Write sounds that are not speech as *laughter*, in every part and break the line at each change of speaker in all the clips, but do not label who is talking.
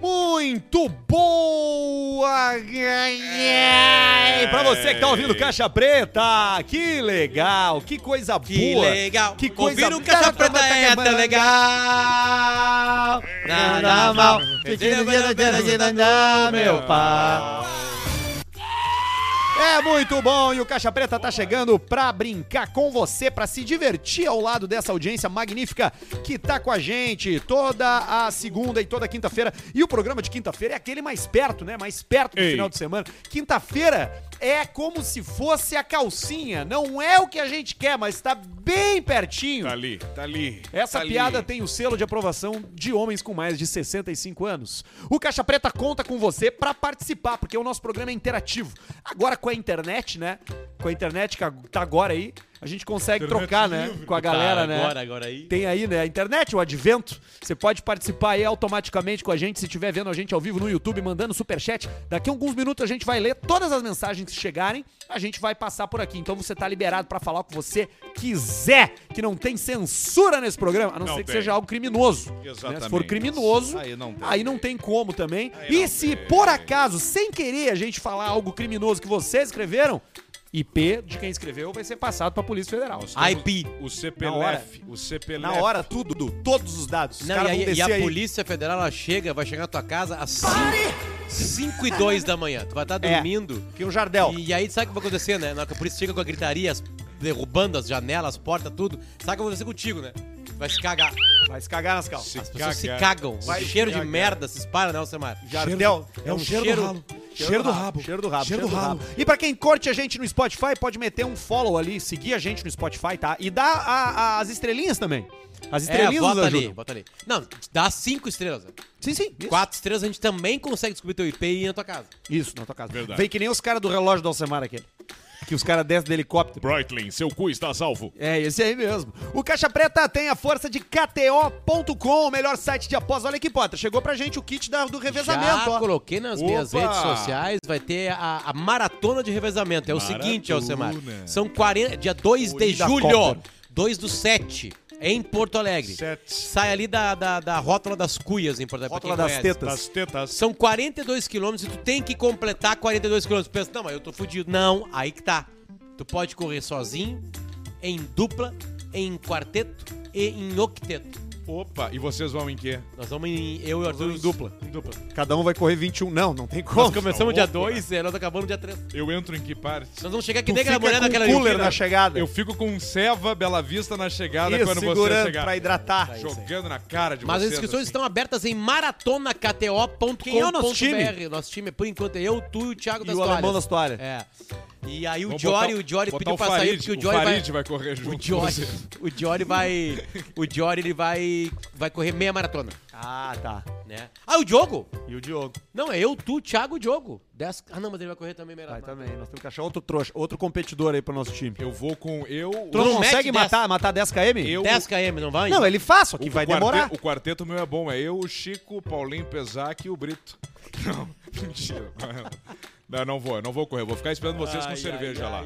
Muito boa! Pra você que tá ouvindo Caixa Preta, que legal, que coisa
Que
boa!
legal.
Que coisa
Ouvir o Caixa Preta é tão legal. Nada mal. Meu pai.
É muito bom e o Caixa Preta tá chegando pra brincar com você, pra se divertir ao lado dessa audiência magnífica que tá com a gente toda a segunda e toda a quinta-feira. E o programa de quinta-feira é aquele mais perto, né? Mais perto do
Ei.
final de semana. Quinta-feira é como se fosse a calcinha. Não é o que a gente quer, mas tá bem pertinho.
Tá ali, tá ali.
É.
Essa
tá ali.
piada tem o selo de aprovação de homens com mais de 65 anos. O Caixa Preta conta com você pra participar, porque o nosso programa é interativo. Agora com a internet, né? Com a internet que ag- tá agora aí, a gente consegue
Internet
trocar, né?
livre.
Com a galera, né?
Agora, agora aí.
Tem aí, né? A internet, o advento. Você pode participar aí automaticamente com a gente. Se estiver vendo a gente ao vivo no YouTube, mandando superchat. Daqui a alguns minutos a gente vai ler todas as mensagens que chegarem. A gente vai passar por aqui. Então você tá liberado pra falar o que você quiser. Que não tem censura nesse programa, a não,
Não
ser que
tem.
seja algo criminoso.
Exatamente.
né? Se for criminoso, aí
Aí
não
não
tem,
tem.
como também.
Aí
e
não
se
tem.
por acaso, sem querer, a gente falar algo criminoso que vocês escreveram, IP de quem escreveu vai ser passado pra Polícia Federal.
Nós temos
IP.
Na
O
hora.
CPLF. O CPLF.
Na hora, tudo, Du, todos os dados. Os
Não,
caras
e,
vão
aí- e
descer
a
aí.
Polícia Federal, ela chega, vai chegar na tua casa às 5 e 2 da manhã. Tu vai estar
É.
dormindo.
Que o Jardel.
E, e aí, sabe o que vai acontecer, né? Na hora que a polícia chega com a gritaria, as- derrubando as janelas, as portas, tudo. Sabe o que vai acontecer contigo, né? Vai se cagar.
Vai se cagar nas calças.
Se
As pessoas se
cagar.
cagam.
Se
o cheiro de
cagar.
merda se espalha, né, Alcemar?
Jardel.
É um cheiro, do ralo. Cheiro, do rabo.
Cheiro do rabo.
Cheiro do rabo.
E pra quem curte a gente no Spotify, pode meter um follow ali, seguir a gente no Spotify, tá? E dá a- a- as estrelinhas também. As
É,
estrelinhas nos
bota ali,
ajudam.
bota ali. Não, dá cinco estrelas. né?
Sim, sim. Isso.
Quatro estrelas a gente também consegue descobrir teu IP e ir na tua casa.
Isso, na tua casa.
Verdade.
Vem que nem os caras do relógio do Alcemar aquele. Que os caras descem do helicóptero.
Breitling, seu cu está salvo.
É, esse aí mesmo. O Caixa Preta tem a força de KTO.com, o melhor site de aposta. Olha aqui, Potter, chegou pra gente o kit da- do revezamento,
Já
ó.
coloquei nas minhas
Opa!
redes sociais, vai ter a, a maratona de revezamento. É o
Maratona.
seguinte, Alcemar. São 40, dia 2 de
Corrida
julho,
Copper.
2 do 7, em Porto Alegre.
Sete.
Sai ali da, da, da rótula das cuias em Porto Alegre. pra
Rótula
quem
das
conhece.
tetas.
Das tetas.
São 42 quilômetros e tu tem que completar 42 quilômetros. Tu pensa, não, mas eu tô fudido. Não, aí que tá. Tu pode correr sozinho, em dupla, em quarteto e em octeto.
Opa, e vocês vão em quê?
Nós vamos em, eu e o Arthur em
vamos-
dupla.
Em dupla.
Cada um vai correr 21. Não, não tem como.
Nós começamos
tá
dia
louco,
2, nós acabamos dia 3.
Eu entro em que parte?
Nós vamos chegar que
Tu
nem aquela
fica
mulher
com
daquela
o cooler
Argentina.
na chegada.
Eu fico com Seva Bela Vista na chegada
Isso,
quando você
segurando
chegar.
pra hidratar.
Jogando na cara de
Mas as
vocês.
inscrições
assim.
estão abertas em maratonacto.com.br.
Tá Quem é o nosso time?
Nosso time, por enquanto, é eu, tu e o Thiago
E
das
o alemão das
Toalhas.
toalhas.
É. E aí o
Vamos
Jory,
botar-
o Jory
botar
pediu
o
pra
Farid,
sair, porque o
o
Jory vai...
Farid vai correr
O
junto com
Jory,
você.
*laughs* o Jory vai. O Jory ele vai. Vai correr meia maratona.
Ah, tá.
Né? Ah, o Diogo?
E o Diogo.
Não, é eu, tu, Thiago e o Diogo. Dez... Ah, não, mas ele vai correr também meia
Vai tá
maratona.
também. Nós temos que achar outro trouxa, outro competidor aí pro nosso time.
Eu vou com eu.
Tu não
não mete
consegue
10.
matar, matar 10 km?
Eu-
10 km, não vai?
Não, ele faz, só que vai
o quarteto-
demorar.
O quarteto meu é bom. É eu, o Chico, o Paulinho Pesac e o Brito. *laughs* Não, mentira. Não, não vou, eu não vou correr. Eu Vou ficar esperando vocês com cerveja lá.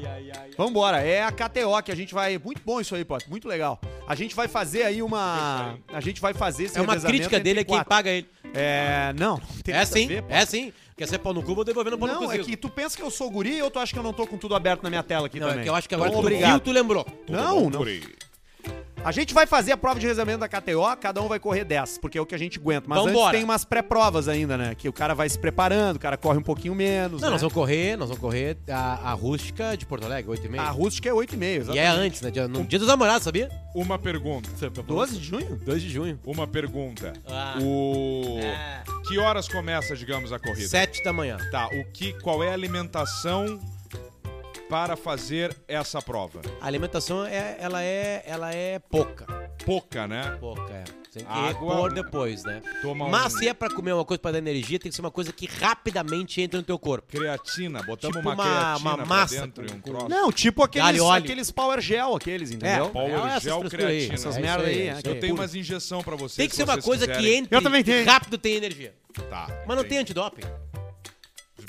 Vambora, é a KTO que a gente vai. Muito bom isso aí, Potter. Muito legal. A gente vai fazer aí uma. A gente vai fazer esse
É uma
revezamento
crítica
entre
dele é quem
quatro.
paga ele.
É. Não, não tem
É
nada a
sim,
ver, pô.
é sim. Quer ser pau no cu, vou devolvendo pau no
Não, é
cozinho.
que tu pensa que eu sou guri ou tu acha que eu não tô com tudo aberto na minha tela aqui
Não,
também?
é que eu acho que agora
Então,
tu viu,
obrigado.
tu lembrou.
Tá
Não, não.
Procurei.
A gente vai fazer a prova de revezamento da KTO, cada um vai correr 10, porque é o que a gente aguenta. Mas antes
Vambora.
tem umas pré-provas ainda, né? Que o cara vai se preparando, o cara corre um pouquinho menos.
Não,
né?
nós vamos correr, nós vamos correr a, a rústica de Porto Alegre, 8 e
A
meia.
rústica é 8,5,
E
exatamente. é
é antes, né? Dia, no dia dos namorados, sabia?
Uma pergunta.
12 de junho?
2 de junho.
Uma pergunta.
Ah.
O.
É.
Que horas começa, digamos, a corrida?
7 da manhã.
Tá, o que, qual é a alimentação para fazer essa prova?
A alimentação é, ela é, ela é pouca.
Pouca, né?
Pouca, é. Tem que
Água,
repor
né?
depois, né?
Toma
Mas
um-
se é pra comer uma coisa pra dar energia, tem que ser uma coisa que rapidamente entra no teu corpo.
Creatina, botamos
Tipo
uma,
uma-
creatina
uma
pra
massa
dentro e um
com-
troço.
Não, tipo aqueles,
Galho óleo.
aqueles Power Gel, aqueles, entendeu?
Power
é essas
gel,
frescuras aí,
creatina.
Essas
é isso
merda aí, é.
isso
Eu tenho
Puro.
umas injeção para vocês.
Tem que
se
ser uma
vocês
coisa que
quiserem.
entre
Eu também tenho.
rápido tem energia.
Tá,
Mas não tem
entendi.
antidoping.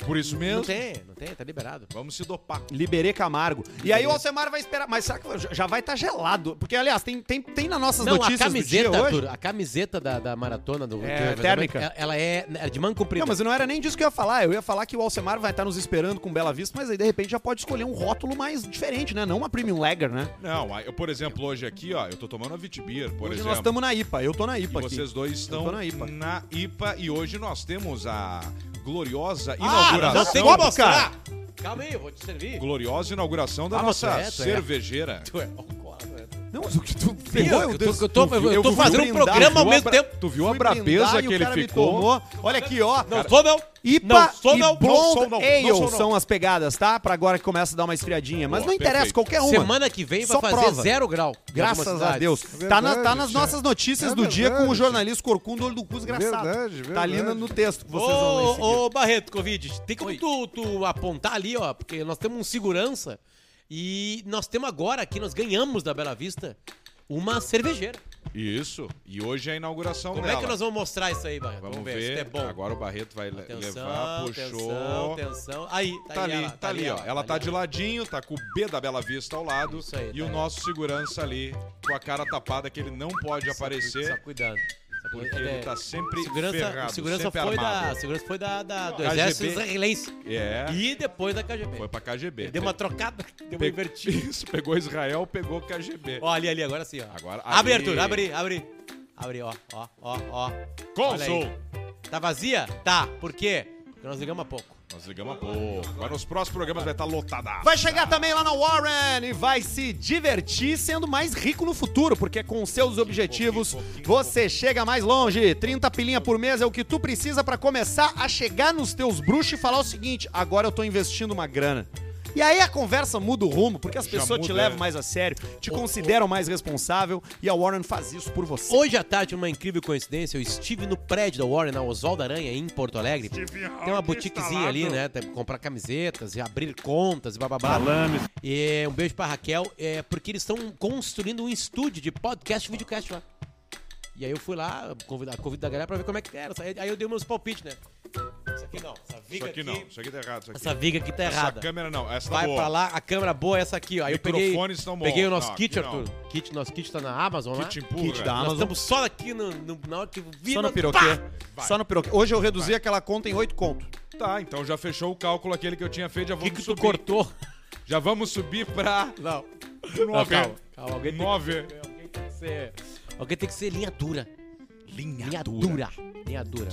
Por isso
Não
mesmo,
tem, não tem, tá liberado.
vamos se dopar.
É.
Liberê Camargo. E aí o Alcemar vai esperar. Mas sabe que já vai estar gelado. Porque, aliás, tem, tem, tem nas nossas
Não, a
notícias do dia
camiseta,
hoje.
Arthur, a camiseta da, da maratona do
É,
do-
térmica.
ela- Ela é é de manga comprida.
Não, mas não era nem disso que eu ia falar. Eu ia falar que o Alcemar vai estar nos esperando com Bela Vista, mas aí de repente já pode escolher um rótulo mais diferente, né? Não uma Premium Lager, né?
Não, aí eu, por exemplo, hoje aqui, ó, eu tô tomando a Vitibir, por
hoje
exemplo.
nós estamos na IPA. Eu tô na
E
IPA aqui.
vocês dois estão
tô na IPA.
na IPA e hoje nós temos a gloriosa
não Ah, tem
inauguração.
que
Óbvio,
mostrar. Calma aí, eu vou te servir.
gloriosa inauguração da
Ah, mas
nossa
tu é, tu é.
cervejeira.
Tu é alcoólatra, né?
Não, mas o que tu
Eu, eu tô- eu tô- eu tô
fui
fazendo um
brindar,
programa ao
fui
mesmo
abra-
tempo.
Tu viu a
fui brindar
brabeza
e
que
o
ele
cara me
ficou?
tomou. Olha aqui, ó.
Não sou não.
IPA
Não sou
e
não.
Blonde
Não sou não. Não
Ale
sou não.
são as pegadas, tá? Pra agora que começa a dar uma esfriadinha. Mas
Boa,
não interessa,
perfeito.
qualquer é uma.
Semana que vem vai
Só
fazer
prova.
zero grau. em
Graças
algumas
a
cidades.
Deus.
É
tá, na-
verdade,
tá nas
tia.
notícias notícias
É
do dia com o
verdade,
jornalista Corcunda Olho do Cus Graçado.
Verdade,
Tá ali no,
verdade.
no texto. Vocês vão ler em
Ô,
seguida.
ô, Barreto, Covid, tem como tu, tu apontar ali, ó, porque nós temos um segurança e nós temos agora aqui, nós ganhamos da Bela Vista uma cervejeira.
Isso. E hoje é a inauguração
Como
dela.
é que nós vamos mostrar isso aí, Barreto?
Vamos,
se
ver.
é bom.
Agora o Barreto vai le-
atenção,
levar, puxou.
atenção, atenção. Aí, tá,
Tá
aí
ali,
ela,
tá ali, ó. Ela tá de
ela.
ladinho, tá com o B da Bela Vista ao lado.
Isso aí,
E
tá
o
ali.
nosso segurança ali, com a cara tapada, que ele não pode
Só cuidando.
aparecer,
só cuidando.
porque ele
É,
tá sempre
segurança,
ferrado,
segurança
sempre
foi
armado.
da, segurança foi da, da- do
KGB.
exército israelense
É,
e depois da KGB.
foi pra KGB.
Ele deu uma trocada, *laughs* deu uma
Pe-
invertida.
*laughs* Isso, pegou Israel, pegou KGB.
Ó, ali, ali, agora sim, ó.
Agora,
abre,
ali.
Arthur, abre, abre. Abre, ó, ó, ó, ó. Olha
Consul!
aí. Tá vazia? Tá. Por quê? Porque nós ligamos há pouco.
Nós ligamos a pouco. Agora nos próximos programas vai estar lotada.
Vai chegar também lá na Warren e vai se divertir sendo mais rico no futuro, porque com seus objetivos você chega mais longe. 30 pilinha por mês é o que tu precisa pra começar a chegar nos teus bruxos e falar o seguinte: agora eu tô investindo uma grana. E aí a conversa muda o rumo, porque as
Já
pessoas te
muda,
levam
é.
mais a sério, te consideram mais responsável e a Warren faz isso por você.
Hoje à tarde, uma incrível coincidência, eu estive no prédio da Warren, na Oswaldo Aranha, em Porto Alegre. Tem uma boutiquezinha ali, né? Tem que comprar camisetas e abrir contas e bababá. E um beijo pra Raquel, é, porque eles estão construindo um estúdio de podcast e videocast lá. E aí eu fui lá, convidar, convidar a galera pra ver como é que era. Aí eu dei meus palpites, né? Isso aqui não, essa
Isso
viga
aqui não, isso aqui tá errado. Isso aqui.
Essa viga aqui tá errada.
Essa câmera não, essa tá
Vai
boa.
pra lá, a câmera boa é essa aqui, ó. Aí eu peguei,
Microfones tão bons.
peguei o nosso
Não,
kit,
aqui não.
Arthur. Kit, nosso kit tá na Amazon
Kit
lá.
empurra.
Kit da
Nós
Amazon.
estamos só aqui no, no- na hora que eu vi...
Só no
nós-
piroquê.
pá!
Vai.
Só no piroquê. Hoje eu reduzi aquela conta em 8 conto.
Tá, então já fechou o cálculo aquele que eu tinha feito, já
O que
vamos
que tu
subir. *laughs*
cortou?
Já vamos subir pra
Não.
9.
calma, calma, alguém tem que-
9.
Alguém tem que
é-
ser... Alguém tem que ser linha dura.
Linha,
Linha dura. Linha dura.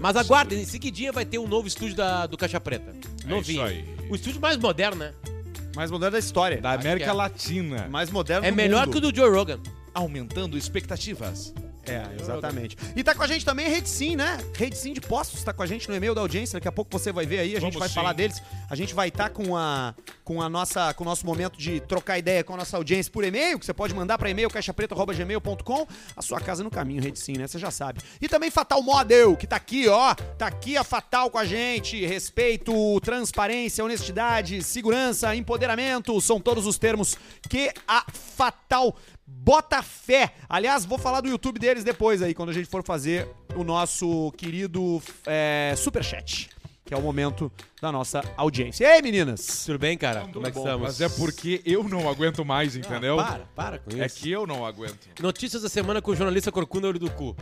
Mas aguardem, em seguidinha vai ter um novo estúdio da, do Caixa Preta. Novinho.
É isso aí.
O estúdio mais moderno, né?
Mais moderno da história.
Da América
que é.
Latina.
Mais moderno
É
do
melhor
mundo.
que o do Joe Rogan.
Aumentando expectativas.
É, exatamente. E tá com a gente também a Rede Sim, né? Rede Sim de Postos tá com a gente no e-mail da audiência. Daqui a pouco você vai ver aí, a gente
Vamos
vai
sim.
falar deles. A gente vai estar com a com a nossa com o nosso momento de trocar ideia com a nossa audiência por e-mail, que você pode mandar para e-mail caixapreta@gmail.com. A sua casa no caminho, Rede Sim, né? Você já sabe. E também Fatal Model, que tá aqui, ó. Tá aqui a Fatal com a gente. Respeito, transparência, honestidade, segurança, empoderamento, são todos os termos que a Fatal Bota fé. Aliás, vou falar do YouTube deles depois aí, quando a gente for fazer o nosso querido é, superchat, que é o momento da nossa audiência. E aí, meninas?
Tudo bem, cara? Como é que estamos?
Mas é porque eu não aguento mais, entendeu?
Ah, Para, para com isso.
é que eu não aguento.
Notícias da semana com o jornalista Corcunda Olho do Cu.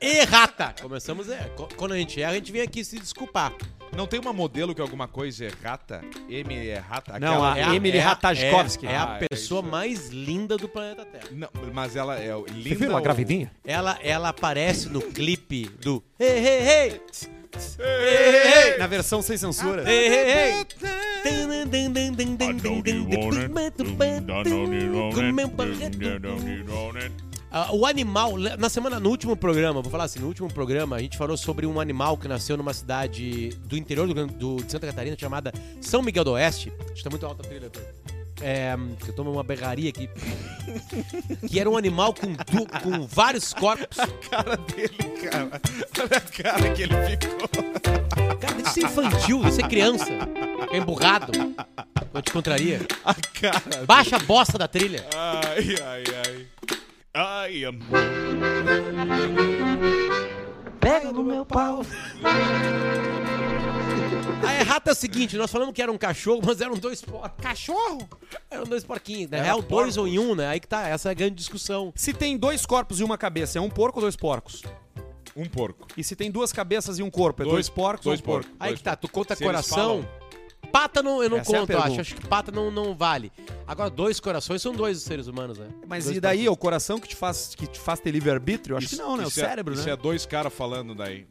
Errata! Começamos, é. co- Quando a gente erra, a gente vem aqui se desculpar.
Não tem uma modelo que alguma coisa é rata? M é rata?
Não,
aquela-
a
É a-
Emily
é a-
Ratajkowski.
É, é a
Ah, é
pessoa
isso aí.
mais linda do planeta Terra.
Não, mas ela é linda.
Você viu a
ou- *laughs*
gravidinha?
Ela, ela aparece no clipe do Hey, hey, hey!
É,
Na versão sem censura.
Hey, hey, hey! Ah, o animal, le- na semana, no último programa, vou falar assim, no último programa a gente falou sobre um animal que nasceu numa cidade do interior do, Gran- do- de Santa Catarina chamada São Miguel do Oeste. Acho que tá muito alta a trilha. Arthur. É, que eu tomo uma berraria aqui. que era um animal com, du- com vários corpos.
cara dele, cara. Olha a cara que ele ficou.
Cara, isso é infantil, isso é criança. É emburrado. Eu te contraria.
A cara.
Baixa a bosta da trilha.
Ai, ai, ai. Ai, am-
Pega
no meu pau. A errata é o seguinte, nós falamos que era um cachorro, mas eram dois porcos. Cachorro? Eram dois porquinhos, né?
Era
real, dois
porcos.
ou em um, né? Aí que tá, essa é a grande discussão.
Se tem dois corpos e uma cabeça, é um porco ou dois porcos?
Um porco.
E se tem duas cabeças e um corpo, é dois, porcos
dois
ou um porco?
porcos.
Aí
Dois
que tá, tu conta
Se eles
coração. Pata não, eu não
Essa é a
conto, eu acho.
pergunta.
Acho que pata não, não vale. Agora, dois corações são dois seres humanos, né?
Mas
Dois
e daí, é o coração que te faz, que te faz ter livre-arbítrio? Acho que
Isso-
não, né? O
isso é-
cérebro,
Isso
né?
é dois caras falando daí.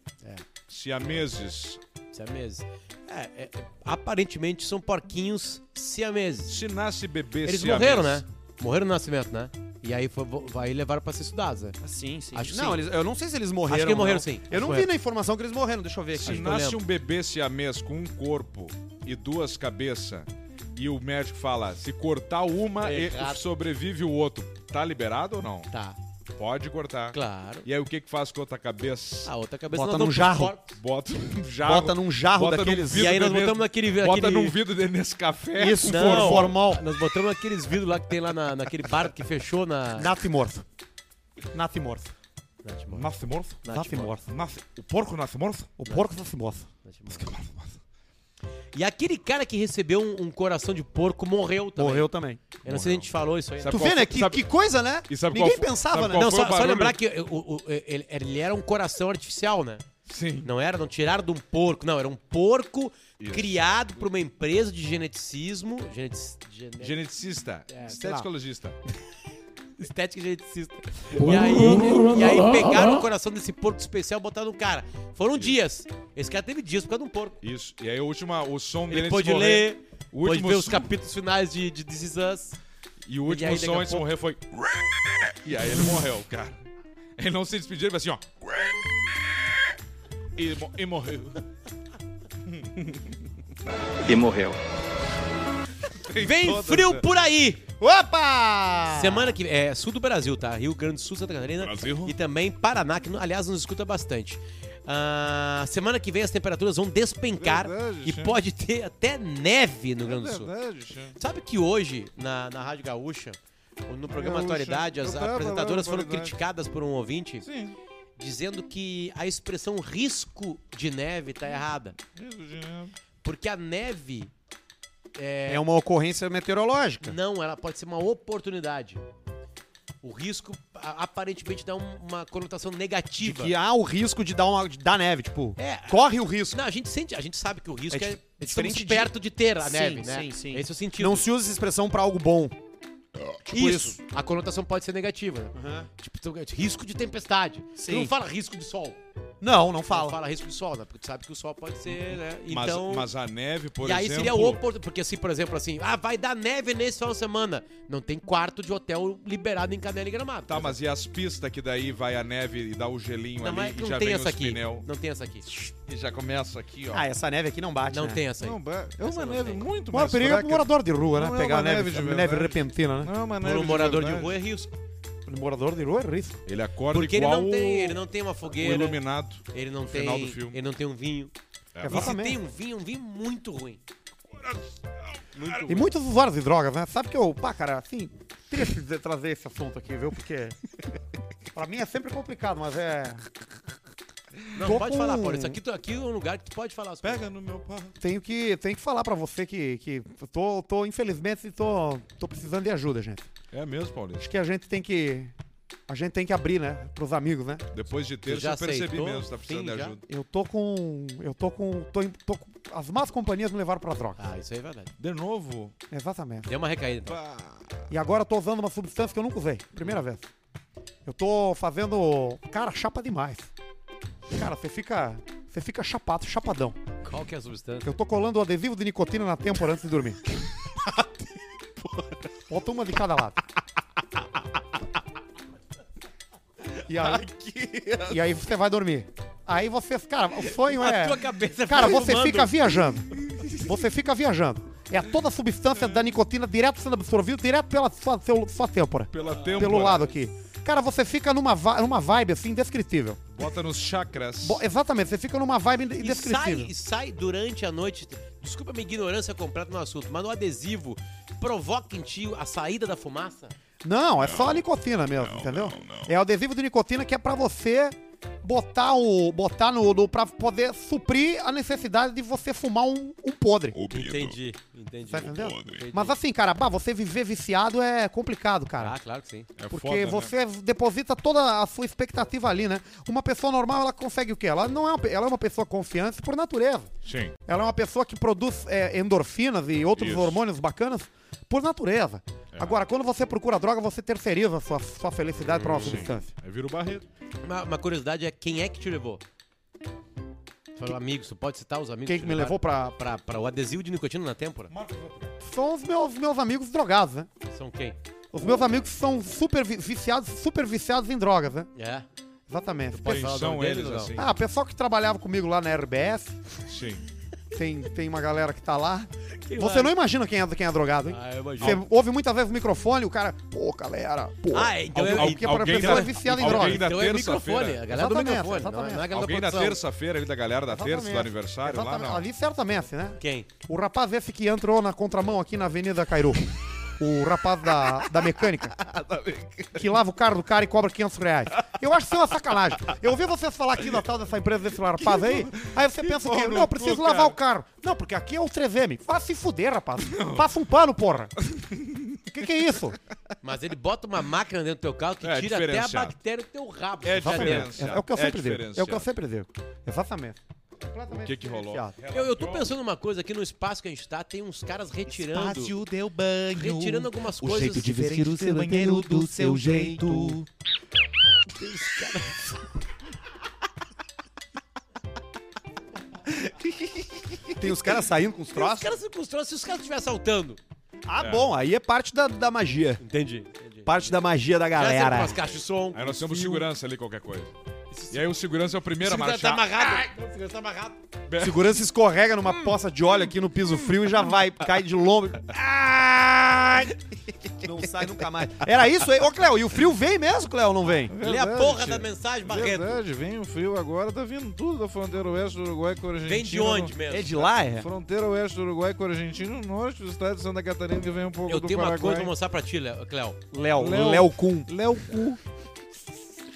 Se há meses.
Siameses. É, é, é, aparentemente são porquinhos siameses.
Se nasce bebê
Eles
siamês.
morreram, né? Morreram no nascimento, né? E aí foi, vo- aí levaram pra ser estudados, né?
é-
Sim, sim.
Acho que
não,
sim.
eles- eu não sei se eles morreram.
Acho que morreram
não.
sim.
Eu não vi
Morreram.
na informação que eles morreram, deixa eu ver
Se
aqui.
que eu
nasce um
lembro.
bebê siamês com um corpo e duas cabeças e o médico fala, se cortar uma, e-
Tá Errado.
sobrevive o outro. Tá liberado ou não?
Tá,
Pode cortar.
claro. Ah.
E aí o que que faz com outra cabeça?
A outra cabeça
Bota
nós
num
damos
jarro.
pro porco.
Bota num jarro.
Bota num jarro
bota num
daqueles.
vidro
E aí nós
bebê-
botamos naquele...
Bota
aquele...
num vidro de Nescafé.
Isso,
Não.
for, formal.
Nós botamos aqueles vidros lá que tem lá na- naquele bar que fechou na...
é Nathimorph. Nathimorph.
Nathmore.
Nasce morto?
Nathmore.
Nathimorph.
Nasce... O porco nasce morto?
O porco Nathimorph.
Nathmore. E aquele cara que recebeu um, um coração de porco morreu também.
Morreu também.
Eu não sei se a gente falou isso aí. né?
Sabe
Tu
qual
vê, né?
foi-
Que,
sabe-
que coisa, né?
E sabe qual
Ninguém
foi-
pensava,
sabe
né?
qual
Não,
foi
só,
o
só
barulho?
lembrar que o- o- ele, ele era um coração artificial, né?
Sim.
Não era, não tiraram de um porco, não. Era um porco
Isso.
criado por uma empresa de geneticismo. Genetic, gene-
Geneticista.
É, sei lá.
esteticologista.
estética e geneticista. E aí, e aí pegaram o coração desse porco especial e botaram no cara. Foram dias. Esse cara teve dias por causa de um porco.
Isso. E aí o último, o som dele
Ele
antes
pôde
de morrer-
ler,
o
pôde
último
ver os
som-
capítulos finais de, de This Is Us.
E o último
aí, daqui
som
a
antes de
pouco-
morrer foi. E aí ele morreu, cara. Ele não se despediu, ele foi assim, ó. E, mo- e morreu.
e morreu.
Vem
Todas,
frio
né?
por aí!
Opa!
Semana que é sul do Brasil, tá? Rio Grande do Sul, Santa Catarina
Brasil.
e também Paraná, que aliás nos escuta bastante. Ah, semana que vem as temperaturas vão despencar
Verdade, É
e
sim.
pode ter até neve no Rio Grande do Sul. Sabe que hoje, na, na Rádio Gaúcha, no programa
Gaúcha.
Atualidade, as
Eu tava lá,
apresentadoras foram
Atualidade.
criticadas por um ouvinte
Sim.
dizendo que a expressão risco de neve tá errada. Porque a neve,
É uma ocorrência meteorológica.
não, ela pode ser uma oportunidade. O risco a- aparentemente dá um- uma conotação
De
negativa.
que há o risco de dar, uma, de dar neve, tipo.
É.
Corre o risco.
Não, a gente sente, a gente sabe que o risco
É
é,
dif- é
estamos
diferente de-
perto de ter a
Sim,
neve, né?
sim, sim.
Esse é o sentido.
Não se usa essa expressão pra algo bom.
Tipo isso. A conotação pode ser negativa. né?
Uhum.
Tipo, tu- risco de tempestade. Tu
Sim.
não fala risco de sol.
Não, não
Tu
fala.
fala risco de sol, né? Porque tu sabe que o sol pode ser, né?
Mas,
Então...
mas a neve, por
e aí
exemplo.
seria oportuno, porque assim, por exemplo, assim, ah, vai dar neve nesse final de semana. Não tem quarto de hotel liberado em Canela e Gramado.
Tá,
por
mas e as pistas que daí vai a neve e dá o gelinho
Não,
ali
mas
e
não
já
tem
vem
essa
os
aqui.
pneu.
Não tem essa aqui.
E já começa aqui, ó.
Ah, essa neve aqui não bate,
Não
né?
tem essa aí.
Não, ba- é
Essa
uma
não
neve
tem.
muito
Mas
mais
é
perigo pro
fraca.
morador de rua, né?
Não é
Pegar
uma
neve,
neve de
neve,
verdade.
repentina, né?
Não é uma neve
Por um
de
morador de
verdade.
rua é risco.
O morador de rua é risco.
Ele acorda
Porque ele
igual
não tem,
o-
ele não tem né? uma
o
fogueira.
iluminado.
Ele não tem,
final do filme.
ele não tem um vinho.
É,
E se
exatamente.
tem um vinho, é um vinho muito ruim. Muito
E
ruim.
muitos usuários de drogas, né? Sabe que eu, pá, cara, assim, triste de trazer esse assunto aqui, viu? *laughs* Porque pra mim é sempre complicado, mas é...
Não,
Tô
pode falar,
com-
Paulo. Isso aqui, tu- aqui é um lugar que tu pode falar. as coisas.
Pega no meu pau.
Tenho que, tenho que falar pra você que, que tô, tô, infelizmente, tô, tô precisando de ajuda, gente.
É mesmo, Paulinho.
Acho que a gente tem que... A gente tem que abrir, né? Pros amigos, né?
Depois de
Tu
ter,
já
eu percebi
aceitou?
mesmo, que tá precisando
Sim,
de
já?
ajuda.
Eu tô com... Eu tô com... Tô, em- tô com as más companhias me levaram pra droga.
Ah, isso aí é verdade.
De novo?
Exatamente.
Deu uma recaída. então.
E agora eu tô usando uma substância que eu nunca usei. Primeira vez. Eu tô fazendo. Cara, chapa demais. Cara, você fica. Você fica chapado, chapadão.
Qual que é a substância?
Eu tô colando o adesivo de nicotina na têmpora antes de dormir. Bota uma de cada lado. E aí, e aí você vai dormir. Aí você, cara, o sonho é.
A tua cabeça
Cara,
vai
você
filmando.
fica viajando. Você fica viajando. É toda a substância da nicotina direto sendo absorvida, direto pela sua, seu- sua têmpora.
Pela têmpora.
Pelo lado aqui. Cara, você fica numa, va- numa vibe assim indescritível.
Bota nos chakras.
Bo- é- exatamente, você fica numa vibe inde-
E sai,
indescritível.
e sai durante a noite. Desculpa a minha ignorância completa no assunto, mas no adesivo provoca em ti a saída da fumaça?
Não, é só a nicotina mesmo, entendeu? É o adesivo de nicotina que é pra você botar o botar no, no para poder suprir a necessidade de você fumar um, um podre.
O Bido.
Entendi, entendi.
Tá entendendo?
podre.
Mas assim, cara, bah, você viver viciado é complicado, cara.
Ah, claro que sim.
É
Porque
foda, né?
você deposita toda a sua expectativa ali, né? Uma pessoa normal, ela consegue o quê? Ela não é uma, pe- ela é uma pessoa confiante por natureza.
Sim.
Ela é uma pessoa que produz é, endorfinas e outros
Isso. É.
hormônios bacanas por natureza. Agora, quando você procura droga, você terceiriza a sua, sua felicidade pra uma
Sim.
substância.
Aí vira o Barreto.
Uma, uma curiosidade é quem é que te levou? Tu falou amigos, tu pode citar os amigos
Quem que me levou
levaram?
pra.
pra, pra o adesivo de nicotina na têmpora?
São os meus, meus amigos drogados, né?
São quem?
Os meus amigos são super vi- viciados, super viciados em drogas, né?
É.
Exatamente.
Pode
Quem
falar o
são
nome deles
eles
ou não?
assim?
Ah, o pessoal que trabalhava comigo lá na RBS,
Sim.
tem, tem uma galera que tá lá.
Quem
Você
vai?
não imagina quem é, quem é drogado, hein?
Ah, eu imagino.
Você ouve muitas vezes o microfone, o cara, pô, galera, pô.
Ah, então
Al-
é,
al-
porque pra
alguém
pessoa
da-
é viciada em
alguém
drogas.
da
então é o microfone,
terça-feira.
a galera do
Exatamente,
microfone,
exatamente.
não é a galera
Alguém
da
da
produção.
terça-feira ali da galera da terça, do aniversário lá,
Exatamente.
não.
Ali certamente, né?
Quem?
O rapaz esse que entrou na contramão aqui na Avenida Cairo. O rapaz da,
*laughs*
da mecânica. que lava o carro do cara e cobra 500 reais. Eu acho isso uma sacanagem. Eu ouvi vocês falar aqui da tal dessa empresa desse rapaz aí. Aí você pensa que,
pau no
não, eu preciso
cu,
lavar
cara.
o carro. Não, porque aqui é o 3M. Vá se fuder, rapaz. Passa um
*laughs*
pano, porra. Que que é isso?
Mas ele bota uma máquina dentro do teu carro que
É,
tira até a
diferenciado.
bactéria do teu rabo.
É
já dentro.
diferenciado.
É, é o que eu
É
sempre digo. É o que eu
diferenciado.
sempre digo. Exatamente. Completamente
O que que rolou?
diferenciado.
Eu, eu tô pensando uma coisa, aqui no espaço que a gente tá, tem uns caras retirando...
Espaço deu banho.
Retirando algumas
o
coisas
jeito de vestir o
diferentes
seu
do
banheiro do seu jeito.
Tem os caras saindo com os
Os caras se constroem se os caras estiverem assaltando.
Ah, bom, aí é parte da, da magia.
Entendi. entendi.
Parte da magia da
Já é saiu com
galera.
umas caixas de som.
Aí nós temos
fio.
segurança ali, qualquer coisa. E aí o segurança é o primeiro a
O segurança tá
marchar.
amarrado. O segurança tá amarrado.
Segurança escorrega numa poça de óleo aqui no piso frio e já vai, cai de lombo. Ai! Não sai nunca mais. Era isso aí? Ô, Cléo, e o frio vem mesmo, Cléo, ou não vem?
Lê a porra da mensagem, Barreto.
Verdade, vem o frio agora, tá vindo tudo da fronteira oeste do Uruguai com a Argentina.
Vem de onde mesmo?
É de lá, é?
Fronteira oeste do Uruguai com a Argentina, o norte do estado de Santa Catarina, que vem um pouco
Eu
do
tenho uma coisa pra
Paraguai.
mostrar pra ti, Léo. Cléo.
um
Léo,
Léo.
Léo Kun.
Léo Cu.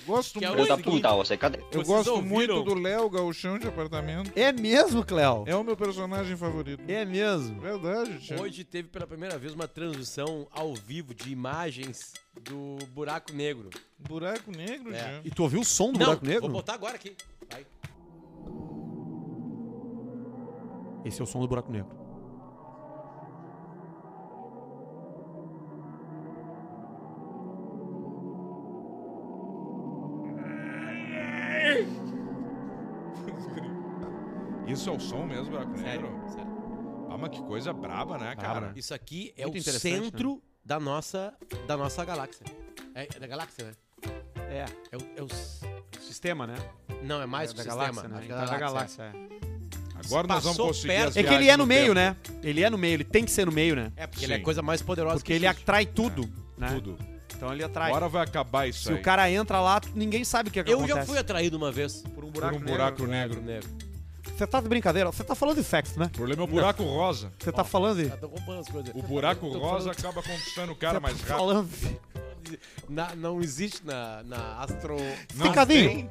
Gosto
Que é o-
Filho
muito,
da puta, você cadê?
eu
Vocês
gosto
ouviram?
muito do Léo Gauchão de apartamento.
É mesmo, Cléo?
É o meu personagem favorito.
É mesmo.
Verdade, tia.
Hoje teve pela primeira vez uma transmissão ao vivo de imagens do buraco negro.
Um Buraco negro,
É.
tia.
E tu ouviu o som do
Não,
buraco negro?
vou botar agora aqui. Vai.
Esse é o som do buraco negro.
Isso é o som mesmo, Buraco Negro?
Sério, sério.
Ah, mas que coisa braba, né, cara?
Isso aqui é
Muito
o
interessante,
centro da, nossa, da nossa galáxia. É, é da galáxia, né?
É,
É o, é o s-
sistema, né?
não, é mais
É
que o
da
sistema.
galáxia, né?
Acho que é
Então é da
galáxia.
galáxia, é.
Agora nós vamos
Passou
conseguir
perto.
as
É que ele
viagens
é no meio,
tempo.
né? Ele é no meio, ele tem que ser no meio, né?
É, porque ele é
Sim.
a coisa mais poderosa
Porque ele é
existe.
atrai tudo, né?
Tudo.
Então ele atrai.
Agora vai acabar isso
Se
aí.
o cara entra lá, tu- ninguém sabe o que, é que
Eu
acontece.
já fui atraído uma vez. um
Por um
é
buraco, negro.
negro.
Você tá de brincadeira? Você tá falando de sexo, né?
O problema é o buraco rosa.
Você tá falando de.
Já tô roubando as coisas.
O buraco
Eu tô
rosa
falando-
acaba conquistando o
é
cara é mais rápido.
tá Falando de.
Na- não existe na, na astro...
Não
Cicadinho.
tem.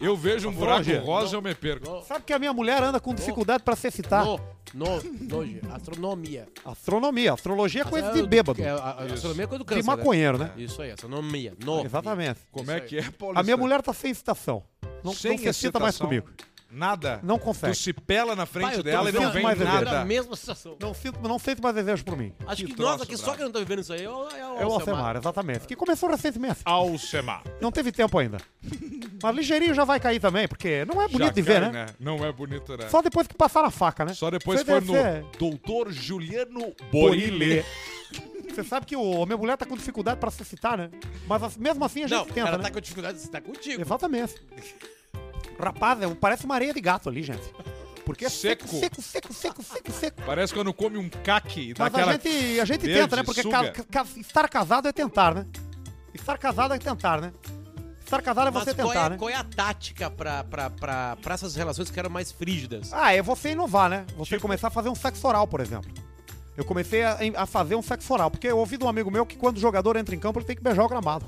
Eu vejo um buraco rosa, eu me perco.
No,
Sabe que a minha mulher anda com dificuldade pra se excitar?
no, no, noje, astronomia.
Astronomia. Astrologia é coisa
É
de
o-
bêbado.
É, a, a astronomia é coisa do câncer.
De maconheiro, né?
Né? Isso aí, astronomia. No.
Exatamente.
Como é que é, Paulo?
A minha mulher tá sem excitação. Não, não
Sem
se excita
excitação.
mais comigo.
Nada.
Não
Tu
consegue.
se pela na frente
Pai, eu tô
dela e não
vendo
vem
mais
Era
nada.
a mesma situação.
Não sinto, não sinto mais desejo por mim.
Acho que,
Que
nós
troço
aqui só
brabo.
que não estamos vivendo isso aí. É o, é o
É o Alcemar,
Alcemar.
exatamente. Que começou recentemente.
Ah. Alcemar.
Não teve tempo ainda. Mas ligeirinho já vai cair também, porque não é bonito de ver, né?
Não é bonito, né?
Só depois que passar a faca, né?
Só depois
Você
foi
deve
no
ser-
Doutor Juliano Borilê.
Você sabe que o, a minha mulher tá com dificuldade pra se excitar, né? Mas as- mesmo assim a gente
Não,
tenta,
ela
né? É
tá com dificuldade de estar contigo.
Exatamente. Rapaz, é- parece uma areia de gato ali, gente. Porque é seco,
Seco.
seco, seco, seco, seco, seco.
Parece quando come um caque e dá
Mas
aquela...
a gente, a gente
verde,
tenta, né? Porque
suga.
ca- ca- estar casado é tentar, né? Estar casado é tentar, né? Estar casado é
Mas
você
qual,
tentar,
é,
né?
qual é a tática pra, pra, pra, pra essas relações que eram mais frígidas?
Ah, é você inovar, né? Você começar a fazer um sexo oral, por exemplo. Eu comecei a, a fazer um sexo oral, porque eu ouvi de um amigo meu que quando o jogador entra em campo, ele tem que beijar o gramado.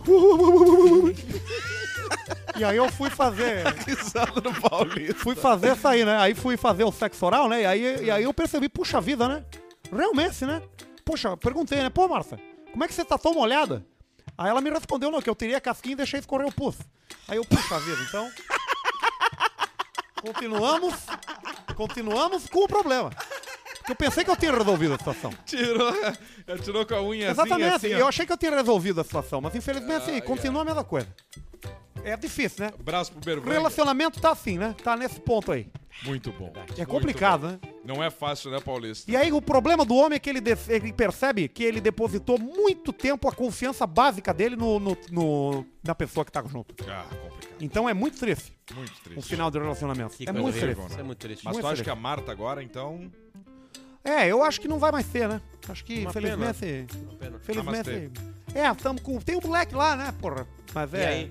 E aí eu fui fazer.
Risada do Paulista.
Fui fazer isso aí, né? Aí fui fazer o sexo oral, né? E aí, e aí eu percebi, puxa vida, né? Realmente, né? Poxa, perguntei, né? Pô, Marcia, como é que você tá tão molhada? Aí ela me respondeu, não, que eu tirei a casquinha e deixei escorrer o pus. Aí eu, puxa vida, então. *laughs* Continuamos. Continuamos com o problema. Porque eu pensei que eu tinha resolvido a situação.
Tirou, *laughs* tirou com a unha
Exatamente. é
assim,
eu achei que eu tinha resolvido a situação, mas infelizmente assim, continua a mesma coisa. É difícil, né?
Braço pro
O
bermuda.
relacionamento tá assim, né? Tá nesse ponto aí.
Muito bom.
É complicado, né?
Não é fácil, né, Paulista?
E aí o problema do homem é que ele, def- ele percebe que ele depositou muito tempo a confiança básica dele no, no- no- na pessoa que tá junto.
Ah, complicado.
Então é muito triste
Muito triste.
o final do relacionamento.
Que
é
coisa
muito
horrível,
triste.
Isso é muito triste.
Mas
muito
tu acha
triste.
que a Marta agora, então...
É, eu acho que não vai mais ser, né? Acho que,
Uma
infelizmente.
Uma pena.
Felizmente. É, tamo com. Tem o moleque lá, né, porra? Mas
E
é.
aí?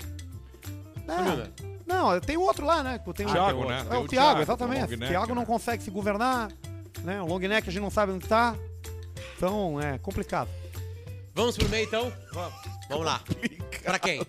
Não, não, tem o outro lá, né? Tem o,
né? Thiago,
tem
né?
é
Tem
o Thiago,
o
exatamente.
long
O
neck,
Thiago não
né?
consegue se governar, né? O long neck a gente não sabe onde tá. Então é complicado.
Vamos pro meio, então? Vamos. Vamos lá. Pra quem?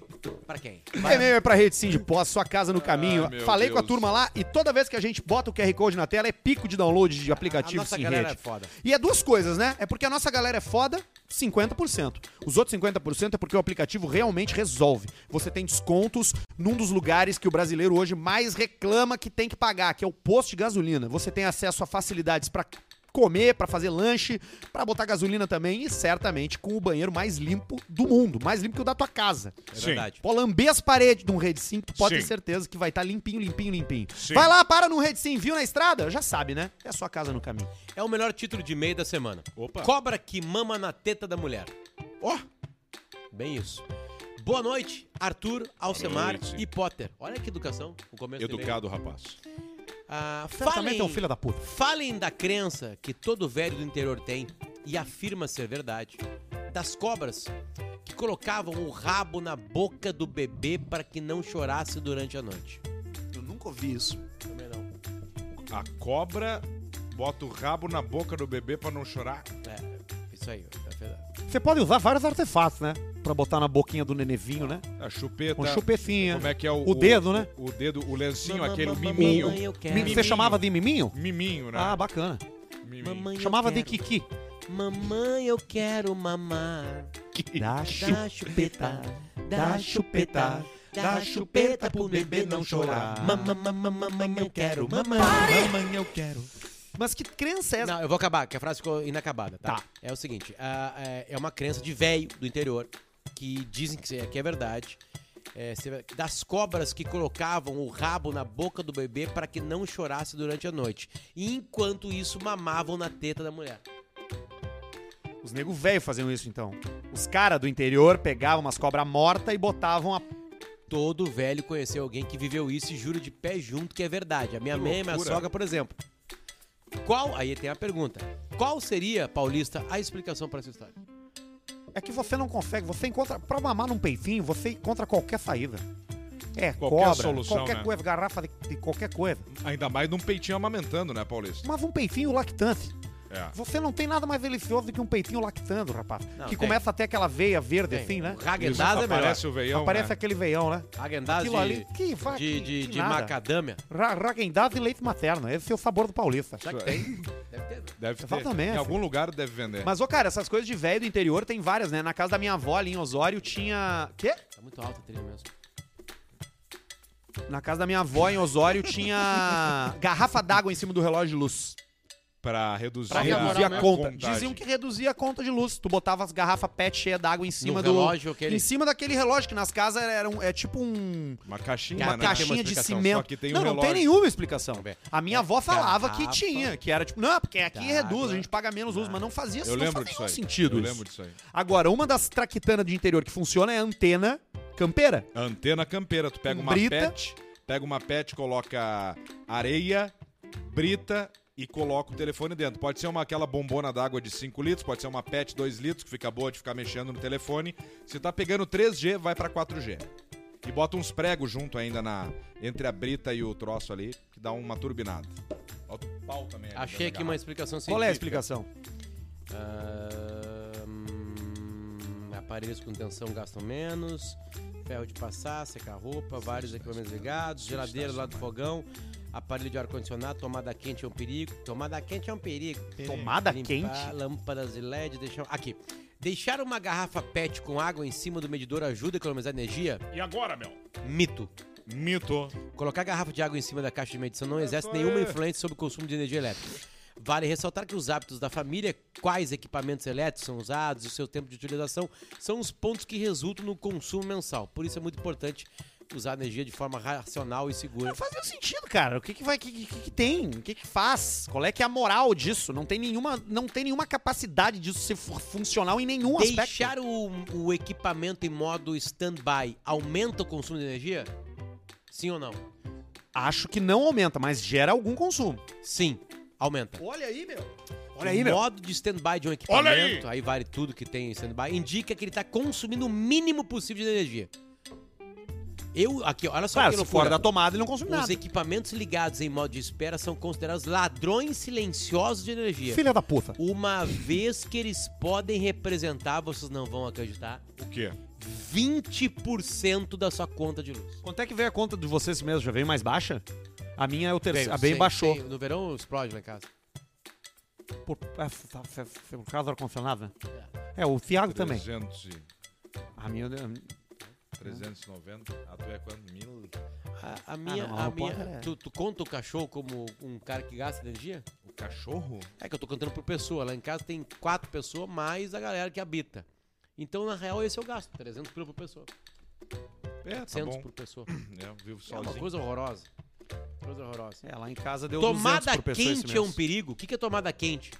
Pra quem?
né?
E-mail é pra rede Sim de Pós, sua casa no caminho.
meu
Falei com a
Deus.
turma lá e toda vez que a gente bota o QR Code na tela é pico de download de
A
aplicativo
nossa
Sim
galera
Rede.
é foda.
E é duas coisas, né? É porque a nossa galera é foda, 50%. Os outros 50% é porque o aplicativo realmente resolve. Você tem descontos num dos lugares que o brasileiro hoje mais reclama que tem que pagar, que é o posto de gasolina. Você tem acesso a facilidades pra comer, pra fazer lanche, pra botar gasolina também e certamente com o banheiro mais limpo do mundo, mais limpo que o da tua casa.
É
Sim.
verdade.
Pô, lamber as paredes de um Rede Sim, tu pode
Sim.
ter certeza que vai estar limpinho, limpinho, limpinho.
Sim.
Vai lá, para no Rede Sim, viu na estrada? Já sabe, né? É a sua casa no caminho.
É o melhor título de e-mail da semana.
Opa.
Cobra que mama na teta da mulher. Ó! Bem isso. Boa noite, Arthur, Alcemar
noite.
e Potter. Olha que educação. O começo do e-mail.
Educado, rapaz.
Ah, falem,
Certamente é um filho da puta.
falem da crença que todo velho do interior tem e afirma ser verdade. Das cobras que colocavam o rabo na boca do bebê para que não chorasse durante a noite.
Eu nunca ouvi isso.
Também não.
A cobra bota o rabo na boca do bebê pra não chorar.
É, isso aí, é verdade.
Você pode usar vários artefatos, né? Pra botar na boquinha do nenezinho, né?
A chupeta.
Com
Tá.
chupecinha.
Como é que é o...
O dedo, né?
O dedo, o lencinho,
Mamãe,
aquele
mamãe,
miminho.
mamãe, eu
É.
quero.
Mi- Você chamava de miminho?
Miminho, né?
Ah, bacana.
Miminho.
Mamãe, eu
Chamava de
quero.
Kiki.
Mamãe, eu quero mamar.
Da
Dá chupeta, dá chupeta, dá chupeta pro bebê não chorar. Mamãe, mamãe, eu quero mamar.
Mamãe, eu quero.
Mas que crença é essa?
Não, eu vou acabar, que a frase ficou inacabada, tá? É o seguinte, ah, é, é uma crença de velho do interior, que dizem que é, que é verdade, é, se- das cobras que colocavam o rabo na boca do bebê para que não chorasse durante a noite. E enquanto isso, mamavam na teta da mulher.
Os nego velho faziam isso, então. Os caras do interior pegavam umas cobras mortas e botavam a...
Todo velho conheceu alguém que viveu isso e juro de pé junto que é verdade. A minha
Que
mãe e minha
loucura.
sogra, por exemplo. Qual, aí tem a pergunta. Qual seria, Paulista, a explicação pra essa história?
É que você não consegue. Você encontra. Pra mamar num peitinho, você encontra qualquer saída. É,
Qualquer
cobra,
solução,
qualquer
né?
coisa, garrafa de, de qualquer coisa.
Ainda mais num peitinho amamentando, né, Paulista?
Mas um peitinho lactante.
É.
Você não tem nada mais delicioso do que um peitinho lactando, rapaz.
Não,
que
tem.
começa até aquela veia verde, assim, né?
Ragendaz é melhor.
Aparece o veião,
Aparece
né?
aquele veião, né?
Ragendaz
Aquilo ali,
Ah, de,
que
de,
vai. que-
de,
que
de
nada.
macadâmia.
Ra- Raguendaz e leite materno. Esse é o sabor do paulista.
Será que tem? Deve ter. né?
Deve ter.
Exatamente.
Em algum lugar deve vender.
Mas, ô, cara, essas coisas de velho do interior tem várias, né? Na casa da minha avó ali em Osório tinha... Quê?
Tá muito alto a trilha mesmo.
Na casa da minha avó em Osório tinha
*laughs*
garrafa d'água em cima do relógio de luz.
Pra reduzir,
Pra
Tá
reduzir a conta.
contagem.
Diziam que reduzia a conta de luz. Tu botava as garrafas pet cheia d'água em cima
No
do...
relógio, aquele-
Em cima daquele relógio, que nas casas era um, é tipo um...
Uma caixinha,
uma
né?
caixinha
Tem uma
de
explicação,
cimento.
só que tem um
não, não tem
relógio.
nenhuma explicação.
Vamos ver.
A minha avó falava que
garrafa
tinha, que era tipo, não, porque aqui
d'água.
reduz, a gente paga menos uso, mas não fazia
Eu
não
lembro
faz
disso
nenhum
aí.
sentido
Eu
isso.
lembro disso aí.
Agora, uma das traquitanas de interior que funciona é a antena campeira.
Antena campeira. Tu pega
Com
uma
brita.
pet, pega uma pet, coloca areia, brita e coloca o telefone dentro. Pode ser uma aquela bombona d'água de 5 litros, pode ser uma pet 2 litros, que fica boa de ficar mexendo no telefone. Se tá pegando 3G, vai pra 4G. E bota uns pregos junto ainda na entre a brita e o troço ali, que dá uma turbinada. Bota o pau também. ali tá
Achei
dentro
aqui
da
uma
garrafa.
explicação científica.
Qual é a explicação?
Ahn, aparelhos com tensão gastam menos. ferro de passar, secar roupa, vários equipamentos ligados, geladeira do lado do fogão, aparelho de ar-condicionado, tomada quente é um perigo. Tomada quente é um perigo.
Tomada
Limpar
quente?
Lâmpadas de LED, deixar. Aqui. Deixar uma garrafa PET com água em cima do medidor ajuda a economizar energia?
E agora, meu?
Mito.
Mito.
Colocar garrafa de água em cima da caixa de medição não exerce nenhuma influência sobre o consumo de energia elétrica. Vale ressaltar que os hábitos da família, quais equipamentos elétricos são usados e o seu tempo de utilização, são os pontos que resultam no consumo mensal. Por isso é muito importante usar a energia de forma racional e segura.
Não fazia sentido, cara. O que que vai, que, que, que tem? O que que faz? Qual é que é a moral disso? Não tem nenhuma, não tem nenhuma capacidade disso ser fu- funcional em nenhum um aspecto.
Deixar o, o equipamento em modo stand-by aumenta o consumo de energia? Sim ou não?
Acho que não aumenta, mas gera algum consumo.
Sim, aumenta.
Olha aí, meu.
Olha aí, O modo de stand-by de um
Olha aí!
equipamento, aí vale tudo que tem em stand-by, indica que ele tá consumindo o mínimo possível de energia. Eu, aqui, ó, olha só
Claro,
que
se
loucura.
fora da tomada ele não consome
Os
nada.
equipamentos ligados em modo de espera são considerados ladrões silenciosos de energia.
Filha da puta.
Uma vez que eles podem representar, vocês não vão acreditar,
O quê?
20% da sua conta de luz.
Quanto é que veio a conta de vocês mesmo? Já veio mais baixa? A minha é o terceiro. A
bem
bem baixou.
no verão explode na casa.
Por, é, f- tá- f- f- por causa do ar-condicionado, né? É, o Thiago também.
300 e-
A minha. a minha-
390. A tua é quanto? Mil?
A, a minha,
Ah, não,
a
não
minha,
pode, é.
tu, tu conta o cachorro como um cara que gasta energia?
O cachorro?
É que eu tô contando por pessoa. Lá em casa tem quatro pessoas, mais a galera que habita. Então, na real, esse eu gasto. 300 pila por pessoa.
Tá
É, tá
100
bom.
por pessoa.
Hum,
É, eu vivo
É uma
sozinho.
coisa horrorosa. Coisa horrorosa.
É, lá em casa deu 200
Tomada
por pessoa esse
quente é um
mês.
perigo? O que que é tomada quente?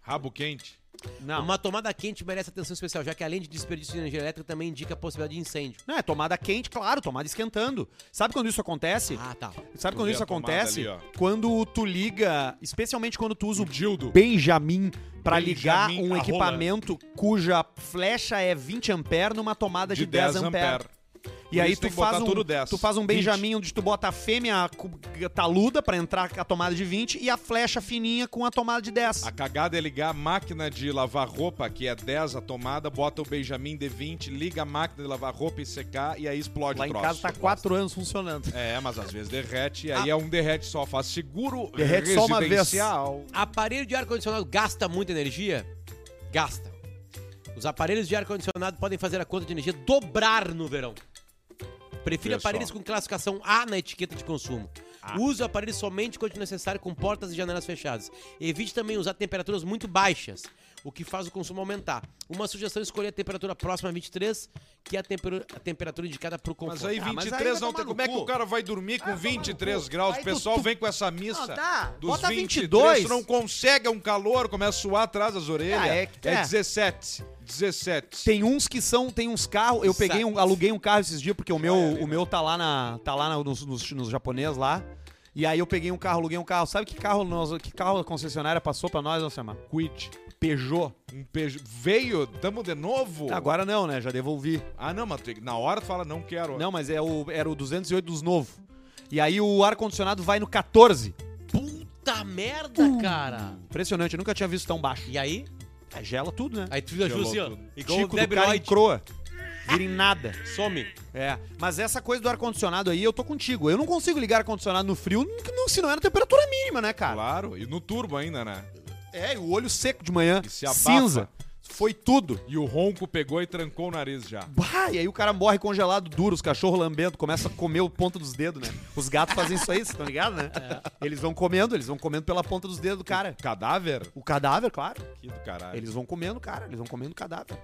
Rabo quente.
Não.
Uma tomada quente merece atenção especial, já que além de desperdício de energia elétrica, também indica a possibilidade de incêndio.
Não, é tomada quente, claro, tomada esquentando. Sabe quando isso acontece?
Ah, tá.
Sabe
Tu
quando
vê
isso
a tomada
acontece?
ali, ó.
quando tu liga, especialmente quando tu usa o
Dildo.
Benjamin pra ligar
Benjamin,
um
a
equipamento cuja flecha é 20 ampere numa tomada Tá de, 10, ampere. E
Por
aí
isso
tu
tem que botar
faz, um,
tudo 10.
tu faz um Benjamin onde tu bota a fêmea cu- taluda pra entrar com a tomada de 20 e a flecha fininha com a tomada de 10.
A cagada é ligar a máquina de lavar roupa, que é 10 a tomada, bota o Benjamin D20, liga a máquina de lavar roupa e secar, e aí explode
Lá
o
em
troço.
casa tá 4 anos funcionando.
É, mas às vezes derrete, e aí é um derrete só, faz seguro
Derrete só uma vez.
residencial.
Aparelho de ar-condicionado gasta muita energia? Gasta. Os aparelhos de ar-condicionado podem fazer a conta de energia dobrar no verão. Prefiro
Pessoal.
aparelhos com classificação A na etiqueta de consumo. Use o aparelho somente quando necessário, com portas e janelas fechadas. Evite também usar temperaturas muito baixas, o que faz o consumo aumentar. Uma sugestão é escolher a temperatura próxima a 23, que é a, temperu- a temperatura indicada para o conforto.
Mas aí
Ah, mas
23
aí vai tomar
não tem.
no
Como é que
cu.
o cara vai dormir com 23
cu.
graus?
Aí
o
tu-
pessoal
tu-
vem com essa missa
Não, tá.
dos
Bota
22.
22.
Tu não consegue é um calor, começa a suar atrás das orelhas.
Ah, é
é,
que-
é
é.
17. 17.
Tem uns que são, tem uns carros. Eu peguei um, aluguei um carro esses dias, porque o meu, o meu tá lá na. tá lá na- nos, nos, nos japoneses lá. E aí eu peguei um carro, aluguei um carro. Sabe que carro nós, que carro a concessionária passou pra nós, Alcemar?
Quid.
Peugeot.
Um Peugeot. Veio, tamo de novo?
Agora não, né? Já devolvi.
Ah, não, mas tu- na hora tu fala, não quero.
Não, mas é o, era o 208 dos novos. E aí o ar-condicionado vai no 14.
é Puta merda, cara!
Impressionante, eu nunca tinha visto tão baixo.
E aí?
É, gela tudo, né?
Aí tu ajuda assim, ó.
tudo.
Igual
Tico
o
do
Debbie
cara em
Lloyd.
croa. Vira em nada.
Some.
É, mas essa coisa do ar-condicionado aí, eu tô contigo. Eu não consigo ligar ar-condicionado no frio n- não- se não é na temperatura mínima, né, cara?
Claro, e no turbo ainda, né?
É, e o olho seco de manhã,
E se abafa.
cinza, foi tudo.
E o ronco pegou e trancou o nariz já.
Bah, e aí o cara morre congelado duro, os cachorros lambendo, começa a comer o ponta dos dedos, né? Os gatos fazem isso aí, vocês estão ligados, né? Eles vão comendo, eles vão comendo pela ponta dos dedos do cara.
Cadáver?
O cadáver, É. claro.
Que do caralho.
Eles vão comendo, cara, eles vão comendo o cadáver.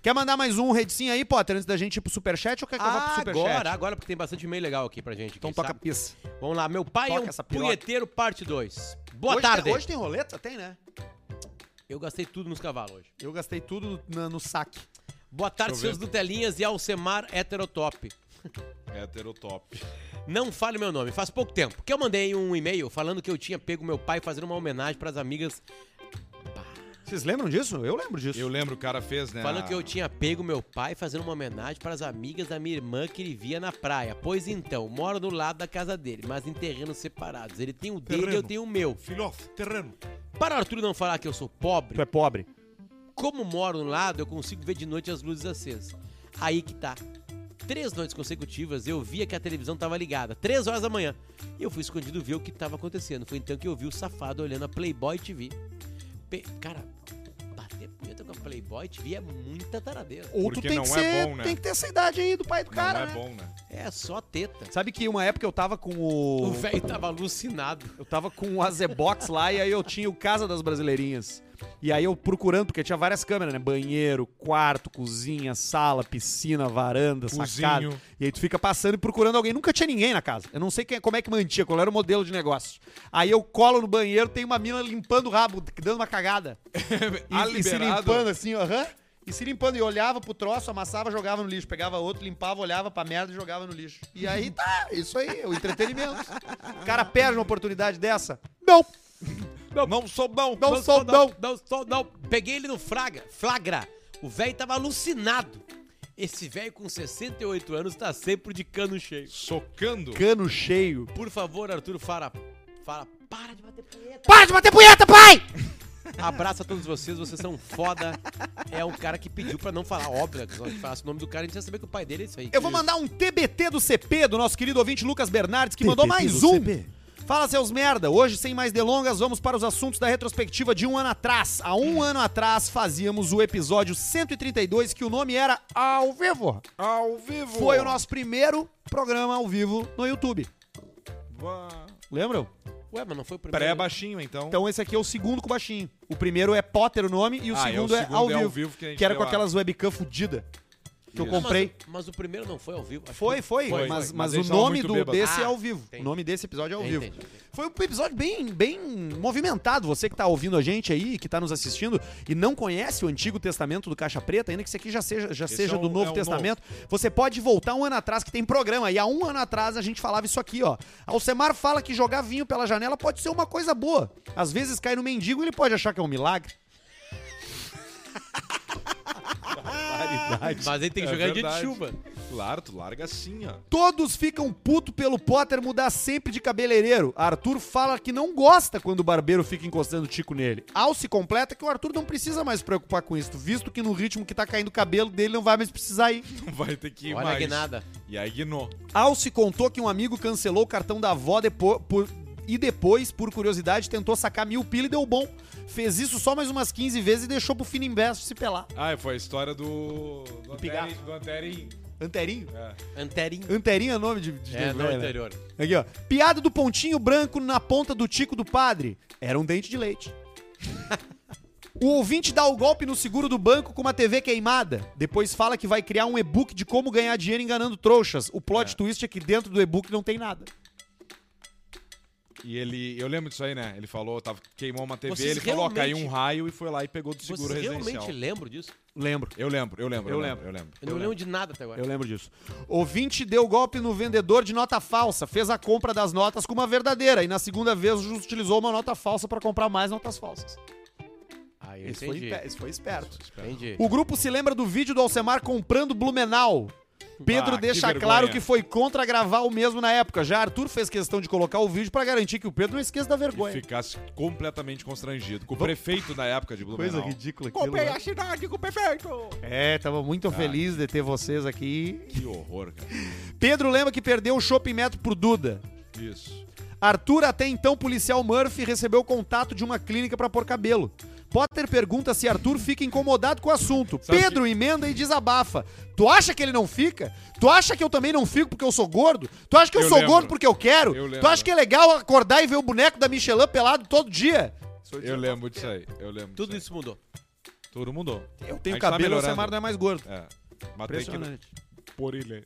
Quer mandar mais um redicinho aí, Potter, antes da gente ir pro superchat ou quer que eu vá pro superchat?
agora, agora, porque tem bastante e-mail legal aqui pra gente.
Então
quem
toca a
sabe.
pista.
Vamos lá, meu pai é
toca
um
essa piroca.
punheteiro, parte 2. Boa
Hoje tem-
tarde.
hoje tem roleta? Tem, né?
Eu gastei tudo nos cavalos hoje.
Eu gastei tudo no, na- no saque.
Boa tarde,
Deixa eu
seus Nutelinhas e Alcemar Heterotop.
É Heterotop.
Não fale meu nome, faz pouco tempo que eu mandei um e-mail falando que eu tinha pego meu pai fazendo uma homenagem pras amigas,
Vocês lembram disso? Eu lembro disso.
Eu lembro o cara fez, né?
falando que eu tinha pego meu pai fazendo uma homenagem pras amigas da minha irmã que ele via na praia. Pois então, moro do lado da casa dele, mas em terrenos separados. Ele tem o dele e eu
Terreno.
tenho o meu.
Filhof, terreno.
Para o Arthur não falar que eu sou pobre,
Tu é pobre.
Como moro no lado, eu consigo ver de noite as luzes acesas. Aí que tá. três noites consecutivas eu via que a televisão tava ligada, três horas da manhã. E eu fui escondido ver o que tava acontecendo. Foi então que eu vi o safado olhando a Playboy TV. Pe- Cara, bater punheta com a Playboy TV é muita taradeira.
Ou tu
Porque
tem
não
que
é
ser,
bom, né?
tem que ter essa idade aí do pai do cara,
não é
né?
bom, né?
É só teta.
Sabe que uma época eu tava com o.
O velho tava alucinado.
Eu tava com o Azebox lá e aí eu tinha o Casa das Brasileirinhas. E aí eu procurando, porque tinha várias câmeras, né? Banheiro, quarto, cozinha, sala, piscina, varanda, sacada.
Cozinho.
E aí tu fica passando e procurando alguém. Nunca tinha ninguém na casa. Eu não sei quem, como é que mantinha, qual era o modelo de negócio. Aí eu colo no banheiro, tem uma mina limpando o rabo, dando uma cagada. e,
Ah,
e se
liberado?
limpando assim, aham. E se limpando, e olhava pro troço, amassava, jogava no lixo. Pegava outro, limpava, olhava pra merda e jogava no lixo. E aí tá, isso aí, é o entretenimento. O cara perde uma oportunidade dessa? Não,
Não, sou bom.
não sou, não.
Não, só não. Peguei ele no fraga, flagra. O velho tava alucinado. Esse velho com 68 anos tá sempre de cano cheio.
Socando.
Cano cheio.
Por favor, Arthur Fara, Fara, para de bater punheta.
Para de bater punheta,
*laughs*
pai!
Abraço a todos vocês, vocês são foda. É um cara que pediu pra não falar, óbvio, né? que se a gente falasse o nome do cara, a gente ia saber que o pai dele é isso aí.
Eu vou mandar um TBT do CP do nosso querido ouvinte Lucas Bernardes, que mandou mais um. Fala seus merda, hoje sem mais delongas vamos para os assuntos da retrospectiva de um ano atrás. Há um ano atrás fazíamos o episódio 132 que o nome era Ao Vivo.
Ao vivo.
Foi o nosso primeiro programa ao vivo no YouTube. Lembram?
Ué, mas não foi o primeiro.
Pré-baixinho, então.
Então esse aqui é o segundo com baixinho. O primeiro é Potter o nome e o
Ah, é,
segundo é, ao, vivo,
que a gente
que era
deu
com
a-
aquelas webcam fudida que eu
Isso.
Não, mas-
comprei.
Mas, o primeiro não foi ao vivo. acho
Foi,
que-
foi,
Foi,
mas,
foi.
mas
Mas
o
eles estavam
nome
muito
do,
bêbados.
desse é
Ah,
ao vivo.
entendi.
O nome desse episódio é ao
É,
vivo.
entendi.
Foi um episódio bem, bem movimentado. Você que tá ouvindo a gente aí, que tá nos assistindo e não conhece o Antigo Testamento do Caixa Preta, ainda que isso aqui já seja, já
Esse
seja
é um-
do
é
Novo
um
Testamento, você pode voltar um ano atrás que tem programa. E há um ano atrás a gente falava isso aqui, ó. Alcemar fala que jogar vinho pela janela pode ser uma coisa boa. Às vezes cai no mendigo e ele pode achar que é um milagre.
Mas ele tem que
É
jogar em dia de
verdade.
chuva.
Claro, tu larga assim, ó. *laughs*
Todos ficam puto pelo Potter mudar sempre de cabeleireiro. Arthur fala que não gosta quando o barbeiro fica encostando o tico nele. Alce completa que o Arthur não precisa mais se preocupar com isso, visto que no ritmo que tá caindo o cabelo dele não vai mais precisar ir.
Não vai ter que ir
Olha
mais.
que nada.
E aí, Gno.
Alce contou que um amigo cancelou o cartão da avó depo- por- e depois, por curiosidade, tentou sacar mil pila e deu bom. Fez isso só mais umas 15 vezes e deixou pro Fininvest se pelar.
Ah, foi a história do. Do,
pigarro.
Anteri- do Anterim.
Anterinho?
É.
Anterinho.
Anterinho é nome de... de
É,
de-
no
né?
interior.
Aqui, ó. Piada do pontinho branco na ponta do tico do padre. Era um dente de leite. *laughs* O ouvinte dá o golpe no seguro do banco com uma TV queimada. Depois fala que vai criar um e-book de como ganhar dinheiro enganando trouxas. O plot twist é que dentro do e-book não tem nada.
E ele. Eu lembro disso aí, né? Ele falou, tava, queimou uma TV,
Vocês
ele falou, ó, caiu
realmente-
um raio e foi lá e pegou do
Vocês
seguro residencial.
realmente lembram disso?
Lembro.
Eu lembro, eu lembro.
Eu
Eu lembro.
Eu não lembro de nada até agora.
Eu lembro disso. Ouvinte deu golpe no vendedor de nota falsa, fez a compra das notas com uma verdadeira e na segunda vez utilizou uma nota falsa pra comprar mais notas falsas.
Ah, eu
Esse foi,
entendi.
impe- esse foi esperto.
Entendi.
O grupo se lembra do vídeo do Alcemar comprando Blumenau. Pedro
Ah, que
deixa
vergonha.
claro que foi contra gravar o mesmo na época. Já Arthur fez questão de colocar o vídeo pra garantir que o Pedro não esqueça da
Que
vergonha.
ficasse completamente constrangido. Com o prefeito da época de Blumenau.
ridícula
Comprei a cidade com o perfeito.
É, tava muito feliz de ter vocês aqui.
Que horror, cara.
Pedro lembra que perdeu o shopping metro pro Duda.
Isso.
Arthur, até então policial Murphy, recebeu o contato de uma clínica pra pôr cabelo. Potter pergunta se Arthur fica incomodado com o assunto.
Sabe
Pedro emenda e desabafa. Tu acha que ele não fica? Tu acha que eu também não fico porque eu sou gordo? Tu acha que eu,
Eu
sou
lembro.
gordo porque eu quero?
Eu lembro.
tu acha que é legal acordar e ver o boneco da Michelin pelado todo dia?
Eu lembro disso aí. Eu lembro.
Tudo
disso
isso mudou.
aí. Tudo mudou.
Eu
A
tenho
gente tá
cabelo, o
melhorando.
Samar não é mais gordo.
É. Mas tem que pôr ele.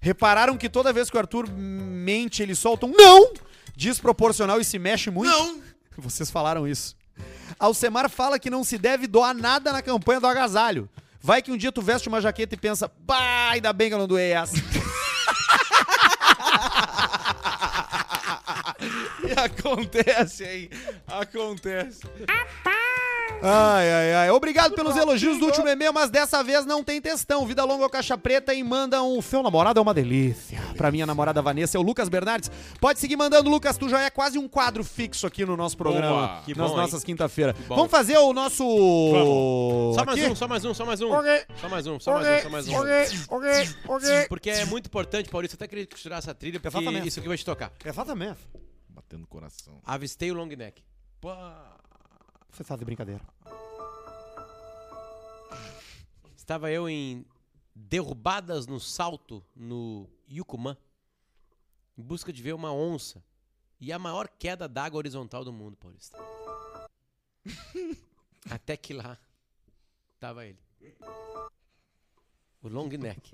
Repararam que toda vez que o Arthur mente, ele solta um não desproporcional e se mexe muito? Não! Vocês falaram isso. Alcemar fala que não se deve doar nada na campanha do agasalho. Vai que um dia tu veste uma jaqueta e pensa, bah, ainda bem que eu não doei essa. *laughs*
E acontece, hein? Acontece.
ai, ai, ai. Obrigado pelos elogios do último e-mail, mas dessa vez não tem textão. Vida longa ou caixa preta e manda um. Seu namorado é uma delícia. pra minha namorada Vanessa, é o Lucas Bernardes. Pode seguir mandando, Lucas, tu já é quase um quadro fixo aqui no nosso programa,
Boa.
Que
nas
bom, hein?
nossas quinta-feira.
bom.
Vamos fazer o nosso...
Só mais
aqui?
um, só mais um, só mais um.
Ok.
Só mais um, só mais um, só mais um.
ok, ok.
Porque é muito importante, Paulinho, você até queria tirar essa trilha, porque
Exatamente.
isso aqui vai te tocar.
Exatamente.
Batendo o coração.
Avistei o long neck.
Você tá de brincadeira.
Estava eu em Derrubadas no Salto, no Yucumã, em busca de ver uma onça. E a maior queda d'água horizontal do mundo, Paulista. Até que lá estava ele. O long neck.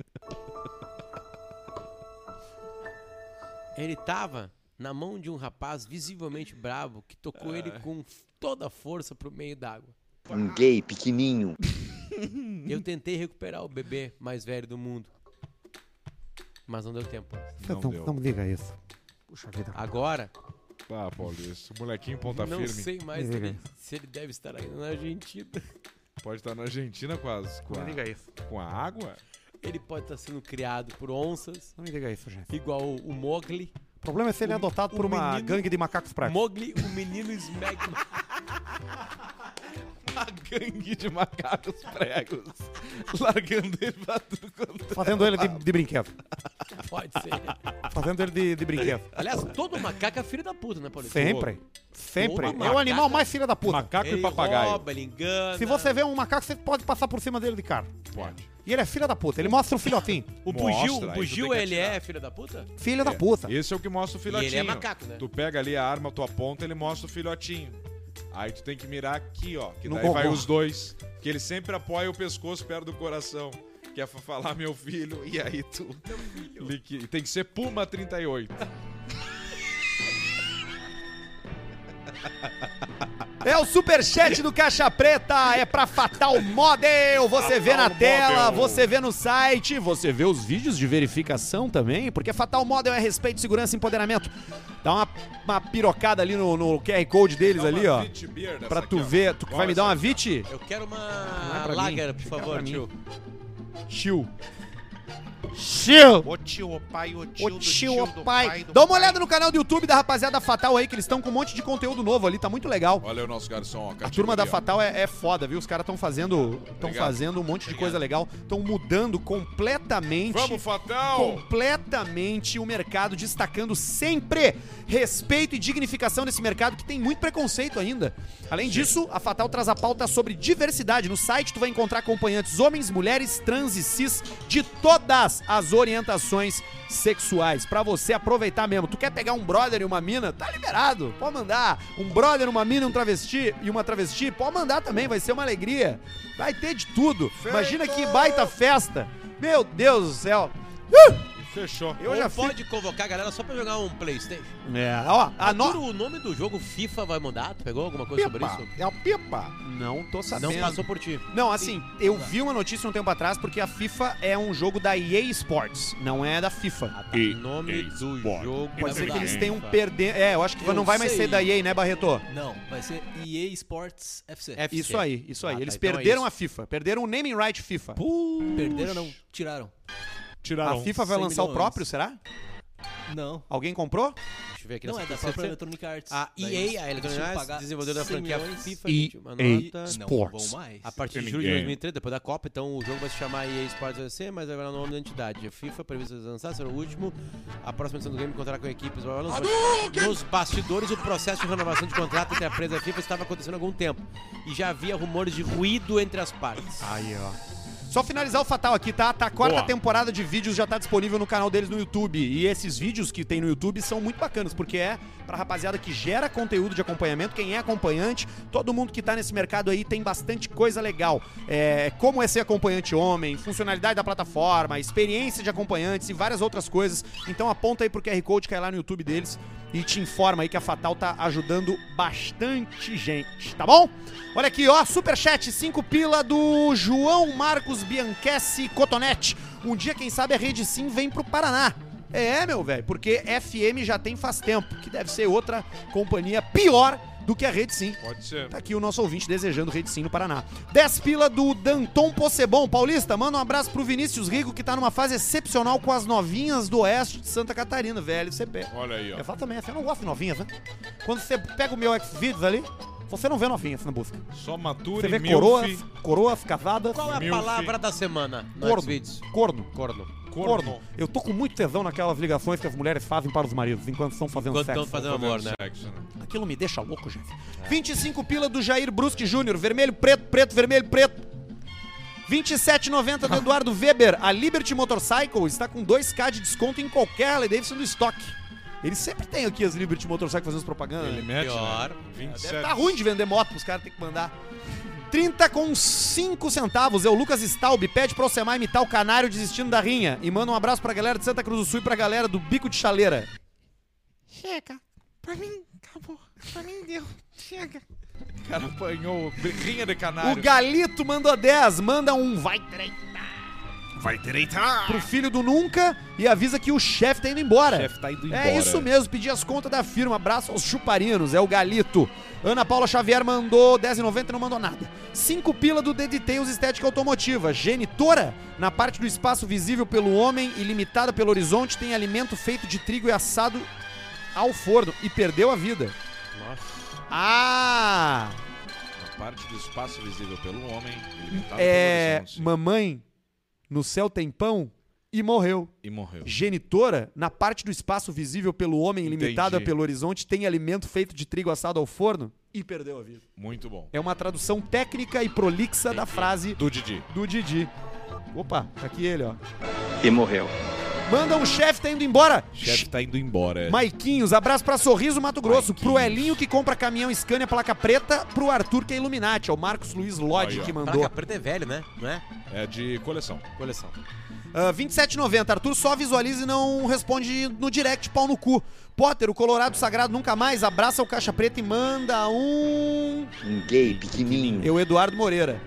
Ele estava na mão de um rapaz visivelmente bravo que tocou ele com toda a força pro meio d'água.
Um gay pequenininho.
Eu tentei recuperar o bebê mais velho do mundo. Mas não deu tempo.
Não, Então, não,
deu.
me diga isso. Puxa vida.
Agora,
Ah, Paulinho, esse molequinho ponta
não
Tá firme.
sei mais
Diga
também se ele deve estar ainda na Argentina.
Pode estar na Argentina com, as, com, a,
isso.
com a água?
Ele pode estar sendo criado por onças,
Não me diga isso, gente.
igual o Mogli.
O problema é se ele é adotado por uma
menino-
gangue de macacos práticos.
Mogli, o menino Smegma. *laughs*
A gangue de macacos pregos. *laughs* Largando ele pra tudo quanto
Fazendo ele de, de brinquedo.
Pode ser.
Fazendo ele de, de brinquedo.
Aliás, todo macaco é filho da puta, né, Paulinho?
Sempre. Sempre.
Todo
É o animal
macaco-
mais filha da puta.
Macaco
Ele
e papagaio.
rouba, ele engana.
Se você vê um macaco, você pode passar por cima dele de cara.
Pode.
E ele é filha da puta. Ele mostra o filhotinho.
O Bugil,
Mostra,
o
aí tu
Bugil,
tem que
ele
atirar.
é filho da puta?
Filha da puta.
Esse é o que mostra o
E
filhotinho.
ele é macaco, né?
Tu pega ali a arma, tu aponta, ele mostra o filhotinho. Aí tu tem que mirar aqui, ó. Que
No
daí
gogó.
vai os dois. Que ele sempre apoia o pescoço perto do coração. Que é pra falar meu filho. E aí tu. liqui- Tem que ser Puma 38.
É o superchat do Caixa Preta, é pra Fatal Model. Você vê na
Fatal
tela,
Model.
você vê no site, você vê os vídeos de verificação também, porque Fatal Model é respeito, segurança e empoderamento. Dá uma, uma pirocada ali no, no QR Code deles ali, ó. Pra tu ver, tu vai me dar uma vit?
Eu quero
é
uma
pra mim.
lager, por favor,
pra mim.
tio.
Tio.
Ô tio, ô pai, ô tio.
Ô
do
tio, ô
do
pai.
do
Dá uma
pai.
olhada no canal do YouTube da rapaziada Fatal aí, que eles estão com um monte de conteúdo novo ali, tá muito legal.
Olha o nosso garçom, ó.
A turma da Fatal é, é foda, viu? Os caras estão fazendo, tão
Obrigado.
fazendo um monte de coisa legal, estão mudando completamente
Vamos, Fatal!
completamente o mercado, destacando sempre respeito e dignificação desse mercado que tem muito preconceito ainda. Além disso, a Fatal traz a pauta sobre diversidade. No site tu vai encontrar acompanhantes homens, mulheres, trans e cis de todas as orientações sexuais Pra você aproveitar mesmo. Tu quer pegar um brother e uma mina? Tá liberado. Pode mandar. Um brother, uma mina, um travesti e uma travesti, pode mandar também, vai ser uma alegria. Vai ter de tudo. Imagina que baita festa. Meu Deus do céu. Uh!
Fechou.
Eu
Ou
já fiz.
pode convocar a galera só pra jogar um Playstation.
É, ó, a
Arturo,
no...
o nome do jogo FIFA vai mudar? Tu pegou alguma coisa sobre isso?
É o Pipa. Não tô sabendo.
Não passou por ti.
Não, assim, eu vi uma notícia um tempo atrás porque a FIFA é um jogo da EA Sports, não é da FIFA.
E
Ah, tá. nome do jogo vai
Pode ser que
mudar.
eles tenham perdendo. É, eu acho que
Eu
não vai mais
sei.
ser da EA, né, Barreto?
Não, vai ser EA Sports FC.
FC.
Isso aí, isso aí.
É Ah, tá,
eles
então é
perderam
isso.
a FIFA, perderam o naming right FIFA.
Perderam não, tiraram.
a FIFA vai
100
lançar o
milhões.
próprio, será?
Não,
Alguém comprou?
Deixa eu ver aqui.
não
nessa-
é da
Você-
própria Electronic Arts.
A EA, a é Electronic Arts, desenvolvedora da franquia FIFA, gente, uma nota.
Sports. mais.
A partir de julho
é.
de 2013, depois da Copa, então o jogo vai se chamar EA Sports FC, mas vai virar o nome da entidade. A FIFA, prevista lançar, será o último. A próxima edição do game contará com equipes. blá, blá, blá. Nos bastidores, o processo de renovação de contrato entre a empresa e a FIFA estava acontecendo há algum tempo. E já havia rumores de ruído entre as partes.
Aí, ó. Só finalizar o Fatal aqui, tá? Tá, a quarta
Boa.
temporada de vídeos já tá disponível no canal deles no YouTube. E esses vídeos que tem no YouTube são muito bacanas, porque é pra rapaziada que gera conteúdo de acompanhamento, quem é acompanhante, todo mundo que tá nesse mercado aí tem bastante coisa legal. É, como é ser acompanhante homem, funcionalidade da plataforma, experiência de acompanhantes e várias outras coisas. Então aponta aí pro QR Code que é lá no YouTube deles e te informa aí que a Fatal tá ajudando bastante gente, tá bom? Olha aqui, ó, superchat 5 pila do João Marcos Bianchessi Cotonete. Um dia, quem sabe, a Rede Sim vem pro Paraná. É, meu velho, porque FM já tem faz tempo, que deve ser outra companhia pior do que a Rede Sim.
Pode ser.
Tá aqui o nosso ouvinte desejando Rede Sim no Paraná. 10 pila do Danton Possebon. Paulista, manda um abraço pro Vinícius Rigo, que tá numa fase excepcional com as novinhas do oeste de Santa Catarina, velho. CP.
Olha aí, ó.
Então. Exatamente, eu não gosto de novinhas, né? Quando você pega o meu Xvideos ali, você não vê novinhas na busca.
Só
Você
mature
vê
milf,
coroas, coroas casadas,
Qual é a
Milf.
palavra da semana
Corno.
nos vídeos?
corno.
Corno.
Corno. Eu tô com muito tesão naquelas ligações que as mulheres fazem para os maridos enquanto estão fazendo
Quando
sexo.
estão fazendo amor, né?
Sexo, né?
Aquilo me deixa louco, gente. 25 pila do Jair Brusque Júnior. Vermelho, preto, preto, vermelho, preto. 27,90 do Eduardo Weber. A Liberty Motorcycle está com 2k de desconto em qualquer Harley Davidson do estoque. Eles sempre têm aqui as Liberty Motorcycle fazendo as propagandas.
Ele
né?
mete,
Pior.
né? 27.
Tá ruim de vender moto pros caras, tem que mandar. 30 com 5 centavos é o Lucas Staub. Pede pro Alcemar imitar o canário desistindo da rinha. E manda um abraço pra galera de Santa Cruz do Sul e pra galera do Bico de Chaleira.
Chega. Pra mim, acabou. Pra mim deu. Chega.
O cara apanhou rinha de
O
canário.
Galito mandou 10, manda um vai treitar. Vai treitar. Pro filho do nunca e avisa que o chefe tá indo embora.
tá indo
É isso mesmo, pedi as contas da firma. Abraço aos chuparinos, é o Galito. Ana Paula Xavier mandou 10,90 e não mandou nada. 5 pila do The Details Estética Automotiva. Genitora, na parte do espaço visível pelo homem e limitada pelo horizonte, tem alimento feito de trigo e assado ao forno e perdeu a vida. Ah!
A parte do espaço visível pelo homem, limitado
é,
pelo horizonte,
mamãe, no céu tem pão e morreu.
e morreu.
Genitora, na parte do espaço visível pelo homem,
Entendi.
limitada pelo horizonte, tem alimento feito de trigo assado ao forno e perdeu a vida.
Muito bom.
É uma tradução técnica e prolixa da frase
Do Didi.
do Didi. Opa, tá aqui ele, ó.
E morreu.
Manda um chefe, tá indo embora.
Chefe tá indo embora.
Maiquinhos, abraço pra Sorriso Mato Grosso, pro Elinho que compra caminhão Scania placa preta, pro Arthur que é Illuminati, é o Marcos Luiz Lodge
Aí, ó.
que mandou.
Placa preta é velho, né? Não é?
É de coleção.
Coleção.
Ah, 27,90. Arthur só visualiza e não responde no direct, pau no cu. Potter, o Colorado Sagrado nunca mais abraça o Caixa Preta e manda um.
Um gay pequenininho.
Eu, Eduardo Moreira.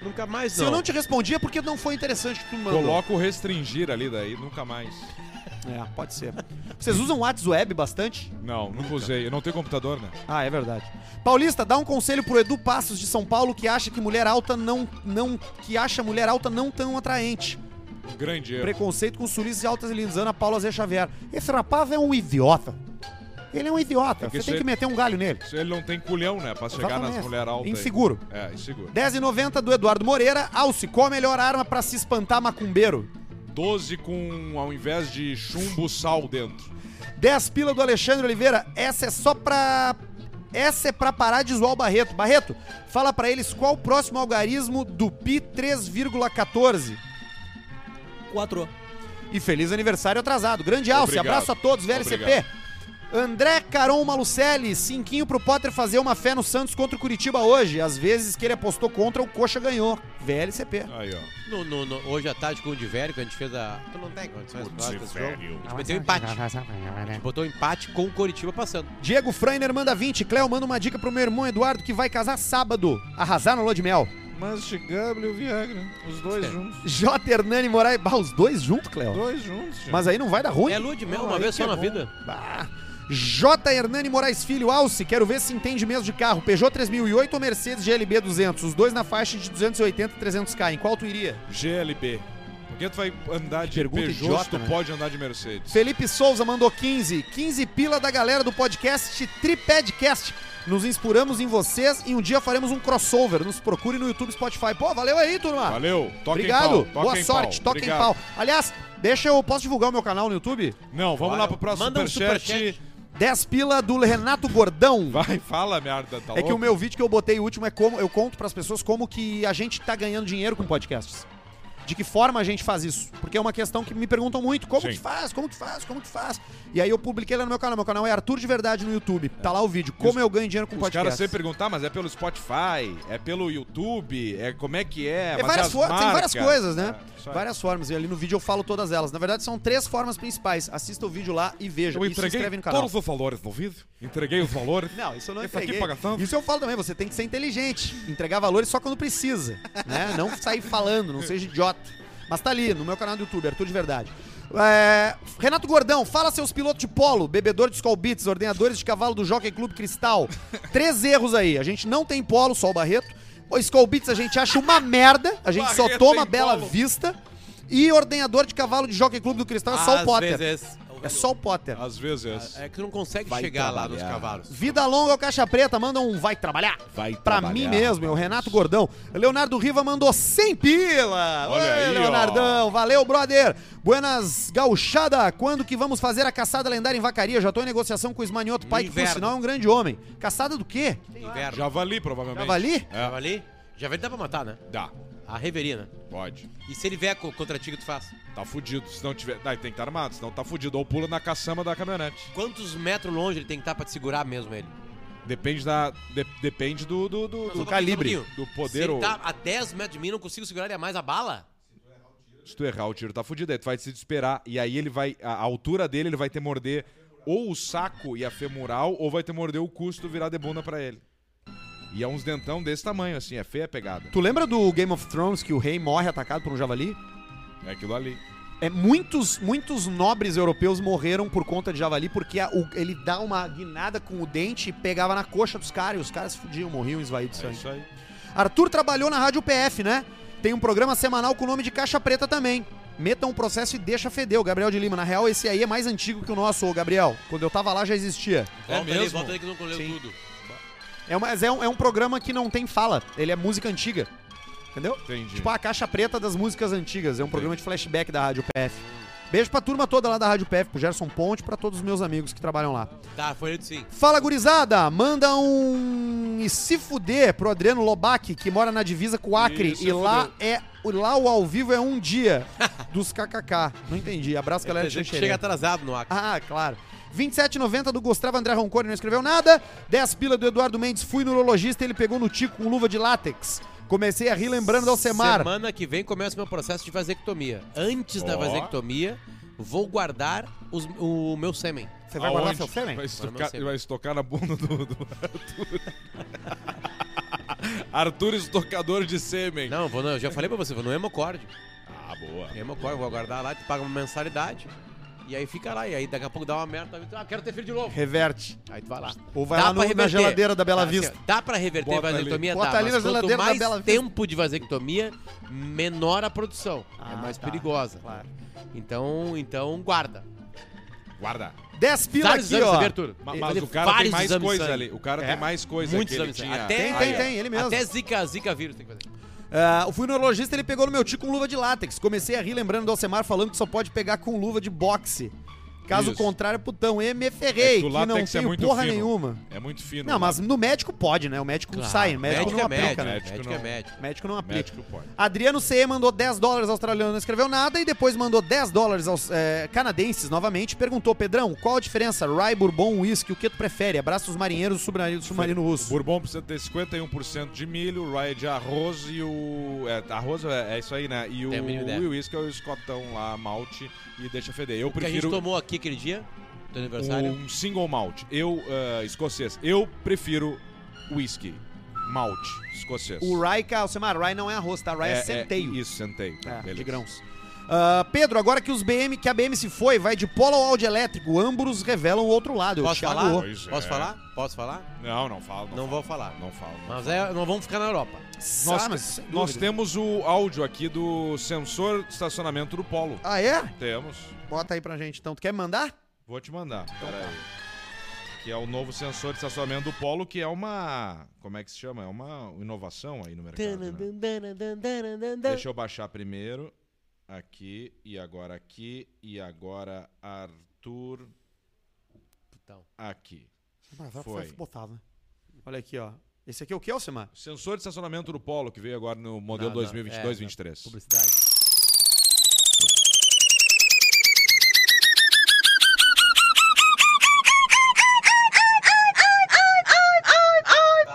Nunca mais
Se eu não te respondi é porque não foi interessante que tu me mandou.
Coloca o restringir ali daí, nunca mais.
É, pode ser. Vocês usam WhatsApp Web bastante?
Não, nunca usei. Eu não tenho computador, né?
Ah, é verdade. Paulista, dá um conselho pro Edu Passos de São Paulo que acha que mulher alta não. não que acha mulher alta não tão atraente.
Um grande erro.
Preconceito com sulistas e altas e lindas. Ana Paula Zé Xavier.
Esse rapaz é um idiota. Ele é um idiota.
É que
Você tem
isso
que meter um galho nele.
Se Ele não tem culhão, né? Pra chegar nas
Exatamente.
mulheres altas. aí.
Inseguro.
É, inseguro.
10,90 do Eduardo Moreira. Alce, qual a melhor arma pra se espantar macumbeiro?
12 com, ao invés de chumbo, sal dentro.
10 pila do Alexandre Oliveira. Essa é só pra. Essa é pra parar de zoar o Barreto. Barreto, fala pra eles qual o próximo algarismo do Pi 3,14.
Quatro.
E feliz aniversário atrasado. Grande Alce,
Obrigado.
abraço a todos, VLCP.
Obrigado.
André Caron Malucelli, cinquinho pro Potter fazer uma fé no Santos contra o Curitiba hoje. Às vezes que ele apostou contra, o Coxa ganhou. VLCP.
Aí, ó.
No- no- no- hoje à tarde com o Diverio, que a gente fez a. Tu não tem condições pra falar desse jogo.
Velho.
A gente meteu um empate. A gente botou empate com o Coritiba passando.
Diego Freiner manda 20. Cléo manda uma dica pro meu irmão Eduardo que vai casar sábado. Arrasar no Lua de Mel.
Mastigável e o Viagra. Os dois juntos.
J. Hernani Moraes. Bah, os dois juntos, Cléo.
Dois juntos, gente.
Mas aí não vai dar ruim.
É lua de mel,
Não,
uma
aí
vez
que
só
é
na
bom.
vida.
Bah. J. Hernani Moraes Filho Alce, quero ver se entende mesmo de carro. Peugeot 3008 ou Mercedes GLB 200? Os dois na faixa de 280 e 300k. Em qual tu iria?
GLB. Por que tu vai andar de
Pergunta
Peugeot se
idiota,
tu
né?
pode andar de Mercedes?
Felipe Souza mandou 15. 15 pila da galera do podcast Tripadcast. Nos inspiramos em vocês e um dia faremos um crossover. Nos procure no YouTube Spotify. Pô, valeu aí, turma.
Valeu. Toca em
Obrigado,
pau, toca
boa
em
sorte,
pau.
toquem
Obrigado.
pau. Aliás, deixa eu. Posso divulgar o meu canal no YouTube?
Não, vamos
Bora.
lá pro próximo
Manda um
superchat.
10 pila do Renato Gordão.
Vai, fala, merda. Tá
É que
louco?
o meu vídeo que eu botei o último é como. Eu conto pras pessoas como que a gente tá ganhando dinheiro com podcasts. De que forma a gente faz isso? Porque é uma questão que me perguntam muito: como
Sim.
que faz? Como que faz? Como que faz? E aí eu publiquei lá no meu canal. Meu canal é Arthur de Verdade no YouTube. Tá lá o vídeo. Como eu ganho dinheiro com
Os
podcasts.
caras sempre perguntam, "Ah, mas é pelo Spotify, é pelo YouTube, é como é que é?
É
mas
várias
as
for- tem várias
marcas?"
coisas, né?
É, isso aí.
Várias formas. E ali no vídeo eu falo todas elas. Na verdade, são três formas principais. Assista o vídeo lá e veja.
Eu
E se
entreguei
inscreve no canal.
todos os valores no vídeo, entreguei os valores.
Não, isso eu não
Esse aqui
entreguei.
paga tanto?
Isso eu falo também, você tem que ser inteligente. Entregar valores só quando
*laughs*
precisa, né? Não sair falando, não seja idiota. Mas tá ali, no meu canal do YouTube, Arthur de Verdade. É, Renato Gordão, fala seus pilotos de polo, bebedor de Skull Beats, ordenadores de cavalo do Jockey Clube Cristal. Três erros aí. A gente não tem polo, só o Barreto. O Skull Beats a gente acha uma merda. A gente só
Barreto
toma
tem
Bela
polo.
Vista. E ordenador de cavalo de Jockey Clube do Cristal é só o
Às
Potter.
vezes-
É só o Potter.
Às
Ah,
vezes.
É que tu não consegue chegar lá nos cavalos.
Vida longa ao Caixa Preta, manda um vai trabalhar.
Vai
Pra mim mesmo, é o Renato Gordão. Leonardo Riva mandou 100 pila.
Olha
Oi,
aí,
Leonardão. Valeu, brother. Buenas gauchada. Quando que vamos fazer a caçada lendária em vacaria? Já tô em negociação com o Esmanioto Pai, que por
Inverno.
sinal é um grande homem. Caçada do quê?
Inverno.
Javali, provavelmente.
Javali?
Já ali? Já vem dá pra matar, né?
Dá.
A reverina.
Pode.
E se ele vier co- contra ti, o que tu faz?
Tá fudido. Se não tiver. Ah, ele tem que estar armado, senão tá fudido. Ou pula na caçamba da caminhonete.
Quantos metros longe ele tem que estar pra te segurar mesmo ele?
Depende da. de- depende do. do, do,
Não, só
do
um calibre.
do- Do
Se
poder.
ele
ou...
tá a 10 metros de mim, não consigo segurar ele a mais a bala?
Se tu errar, o tiro tá fudido. Aí tu vai se desesperar. E aí ele vai. A a altura dele, ele vai ter morder ou o saco e a femoral, ou vai ter morder o custo virar de bunda pra ele. E é uns dentão desse tamanho, assim. É feia a pegada.
Tu lembra do Game of Thrones que o rei morre atacado por um javali?
É aquilo ali.
É, muitos, muitos nobres europeus morreram por conta de javali, porque a- o- ele dá uma guinada com o dente e pegava na coxa dos caras, e os caras se fudiam, morriam esvaídos de
É
sangue.
isso aí.
Arthur trabalhou na Rádio PF, né? Tem um programa semanal com o nome de Caixa Preta também. Metam o processo e deixa feder, o Gabriel de Lima. Na real, esse aí é mais antigo que o nosso, ô Gabriel. Quando eu tava lá já existia.
Volta ali,
É mesmo?
volta ali que não colheu tudo.
É, uma- mas é um, é um programa que não tem fala, ele é música antiga. Entendeu?
Entendi.
Tipo a Caixa Preta das músicas antigas. É um programa de flashback da Rádio PF. Beijo pra turma toda lá da Rádio PF, pro Gerson Ponte, pra todos os meus amigos que trabalham lá.
Tá, foi ele sim.
Fala, gurizada! Manda um e se fuder pro Adriano Lobac, que mora na divisa com o Acre.
Ih, se
E lá é o- lá o ao vivo é um dia dos KKK. Não entendi. Abraço, galera.
Ele
de
chega
Xanxerê.
atrasado no acto.
Ah, claro. 27,90 do Gustavo André Roncone, não escreveu nada. 10 pila do Eduardo Mendes, fui no urologista, ele pegou no tico com luva de látex. Comecei a rir lembrando da Alcemar.
Semana que vem começa o meu processo de vasectomia. Antes da
Ó.
vasectomia, vou guardar os- o meu sêmen.
Você vai guardar
Aonde?
seu sêmen?
Vai
meu
estocar,
sêmen.
vai estocar na bunda do, do Arthur. *laughs* Arthur estocador de sêmen.
Não, vou, não, eu já falei pra você, vou no hemocórdio.
Ah, boa.
Hemocórdio, vou guardar lá, tu paga uma mensalidade. E aí fica lá, e aí daqui a pouco dá uma merda, tu- ah, quero ter filho de novo.
Reverte.
Aí tu vai lá.
Ou vai
Dá
lá no-
pra
na
reverter.
geladeira da Bela
Tá,
Vista.
assim, ó, dá pra reverter
Bota
a
ali.
vasectomia?
Bota
dá,
ali na
mas quanto
geladeira da
mais
Bela Vista.
tempo de vasectomia, menor a produção. é
Ah,
mais
tá,
perigosa.
claro.
Então, então guarda.
Guarda.
10 pila
Vários
aqui,
exames de
ó.
abertura.
Ma-
Ele-
Mas
ele-
o cara tem
vários
mais
exames de
coisa
sangue.
ali. O cara tem mais coisa
Muitos
que ele
exames de sangue.
tinha.
Até,
Tem,
aí,
tem,
ó,
tem, ele mesmo.
Até zika, zika vírus tem que fazer.
Ah, eu fui no urologista, ele pegou no meu tio com luva de látex. Comecei a rir lembrando do Alcemar falando que só pode pegar com luva de boxe. Caso
Isso.
contrário, putão, e me
É
ferrei,
que o
que não
látex é
tenho
muito
porra
fino.
nenhuma.
É muito fino.
Não, mas no médico pode, né? O médico sai, o médico, não
é
aplica,
médico,
né?
médico,
Médico
é
não.
médico.
O médico não aplica.
Médico pode.
Adriano CE mandou 10 dólares australiano, não escreveu nada, e depois mandou 10 dólares aos eh, canadenses novamente. Perguntou, Pedrão, qual a diferença? Rye, Bourbon, Whisky, o que tu prefere? Abraços marinheiros do submarino, submarino
O
russo.
Bourbon precisa ter 51% de milho, o Rye de arroz e o. É, arroz é, é isso aí, né? E o
Tem a mínima ideia.
e o uísque é o escotão lá, malte, e deixa feder. Eu
O que a gente
prefiro
tomou aqui aquele dia, do aniversário.
um single malt. Eu, ah, escocês. Eu prefiro uísque. Malte, escocês.
O Rye, cara, Alcemar, Rye não é arroz, tá? Rye é, centeio.
isso, centeio. tá,
É,
beleza.
de grãos. Ah, Pedro, agora que os BM, que a BM se foi, vai de polo ao áudio elétrico. Ambos revelam o outro lado.
Posso
Thiago
falar?
O.
Pois é.
Posso falar? Posso falar?
Não, não falo.
Não vou falar.
Não falo. não
Mas é, não vamos ficar na Europa.
Nós,
Ah, mas sem dúvida.
nós temos o áudio aqui do sensor de estacionamento do Polo.
Ah, é?
Temos.
Bota aí pra gente então. Tu quer me mandar?
Vou te mandar. Peraí. Que é o novo sensor de estacionamento do Polo, que é uma. Como é que se chama? É uma inovação aí no mercado. né? Deixa eu baixar primeiro. Aqui, e agora aqui, e agora Arthur
Putão.
aqui.
Ah, vai-
Foi.
vai botar, né? Olha aqui, ó. Esse aqui é o que, Alcemar?
Sensor de estacionamento do Polo, que veio agora no modelo
Não, não,
2022
é, não.
23
Publicidade.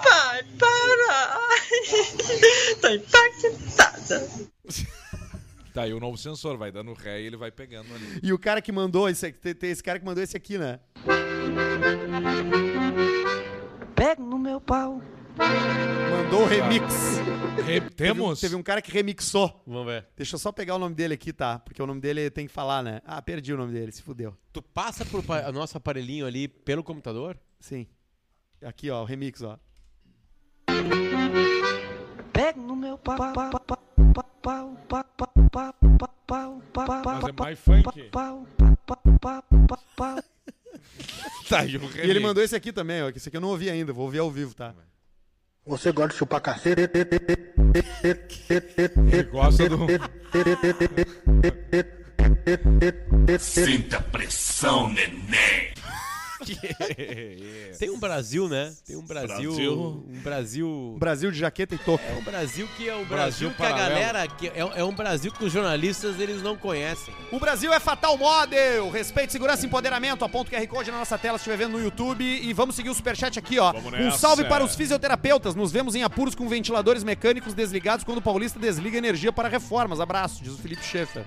Pai, para! Tô impactada.
Tá aí o novo sensor, vai dando ré e ele vai pegando ali.
E o cara que mandou esse aqui, tem- tem esse cara que mandou esse aqui, né?
Pega no meu pau.
Mandou o remix.
Re- Temos?
Teve um cara que remixou.
Vamos ver.
Deixa eu só pegar o nome dele aqui, tá? Porque o nome dele tem que falar, né? Ah, perdi o nome dele, se fudeu.
Tu passa pro pa- o nosso aparelhinho ali pelo computador?
Sim. Aqui, ó, o remix, ó.
Mas é mais funk. *laughs* tá, e, o
E ele mandou esse aqui também, ó. que Esse aqui eu não ouvi ainda, vou ouvir ao vivo, tá?
Você gosta de chupar cacete?
Ele gosta do... É.
Tem um Brasil, né? Tem um Brasil. Um Brasil.
Brasil de jaqueta e toca.
É um Brasil que é um Brasil,
Brasil
que a
paralelo.
galera. Que é, é um Brasil que os jornalistas eles não conhecem.
O Brasil é Fatal Model. Respeito, segurança e empoderamento. Aponta o QR Code na nossa tela se estiver vendo no YouTube. E vamos seguir o superchat aqui, ó.
Vamos
Um
nessa.
salve para os fisioterapeutas. Nos vemos em apuros com ventiladores mecânicos desligados quando o Paulista desliga energia para reformas. Abraço, diz o Felipe Schaefer.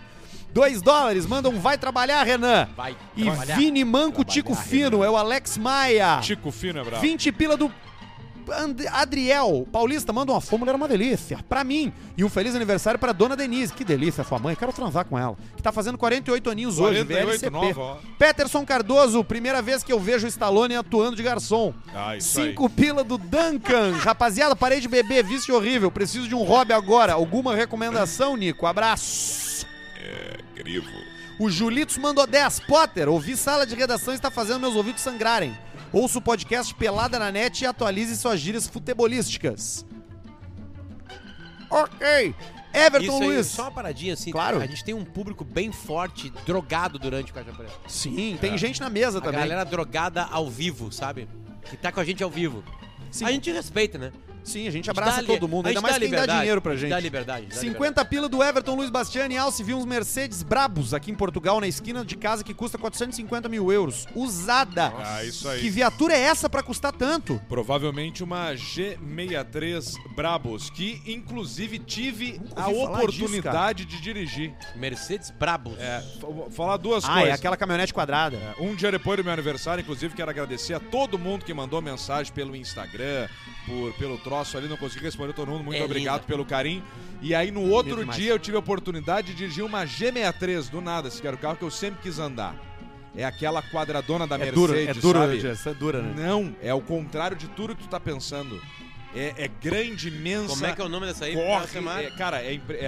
Dois dólares, mandam vai trabalhar, Renan.
Vai.
E
trabalhar.
Vini Manco
Trabalhar,
Tico Fino, é o Alex Maia.
*laughs* Chico Fino é brabo.
20 pila do And- Adriel. Paulista, manda uma fórmula, era uma delícia. Pra mim. E um feliz aniversário pra dona Denise. Que delícia, sua mãe. Quero transar com ela. Que tá fazendo 48 aninhos hoje,
48,
VLCP.
nova, ó.
Peterson Cardoso, primeira vez que eu vejo o Stallone atuando de garçom.
Ah, isso aí.
Cinco pila do Duncan. Rapaziada, parei de beber, vício horrível. Preciso de um hobby agora. Alguma recomendação, Nico? Abraço.
É,
O Julitos mandou 10. Potter, ouvi sala de redação e está fazendo meus ouvidos sangrarem. Ouça o podcast Pelada na Net e atualize suas gírias futebolísticas. Ok. Everton
Isso aí,
Luiz.
só uma paradinha assim.
Claro.
A gente tem um público bem forte, drogado durante o Caixa Preta.
Sim, tem gente na mesa
É. A
também.
galera drogada ao vivo, sabe? Que tá com a gente ao vivo.
Sim.
A gente respeita, né?
Sim, a gente
A gente
abraça
dá li-
todo mundo,
a
ainda
gente
mais quem dá
liberdade,
dinheiro pra
a
gente.
Dá liberdade. dá
50 pila do Everton Luiz Bastiani Alce vi uns Mercedes brabos aqui em Portugal, na esquina de casa, que custa 450 mil euros. Usada.
Ah, isso aí.
Que viatura é essa pra custar tanto?
Provavelmente uma G63 Brabus, que inclusive tive
Nunca
a
ouvi falar
oportunidade de dirigir.
liberdade. Mercedes Brabos.
É, fa- falar duas
Ah,
coisas.
é aquela caminhonete quadrada.
Um dia depois do meu aniversário, inclusive, quero agradecer a todo mundo que mandou mensagem pelo Instagram, por, pelo troço ali, não consegui responder todo mundo. Muito
É
obrigado
linda.
pelo carinho. E aí, no outro
demais.
dia, eu tive a oportunidade de dirigir uma G63, do nada, se quer o carro que eu sempre quis andar. É aquela quadradona da É Mercedes, sabe?
Jess, é dura,
Não, é o contrário de tudo que tu tá pensando. É, é grande, imensa.
Como é que é o nome dessa aí?
Corre. É, cara, é, impre- é,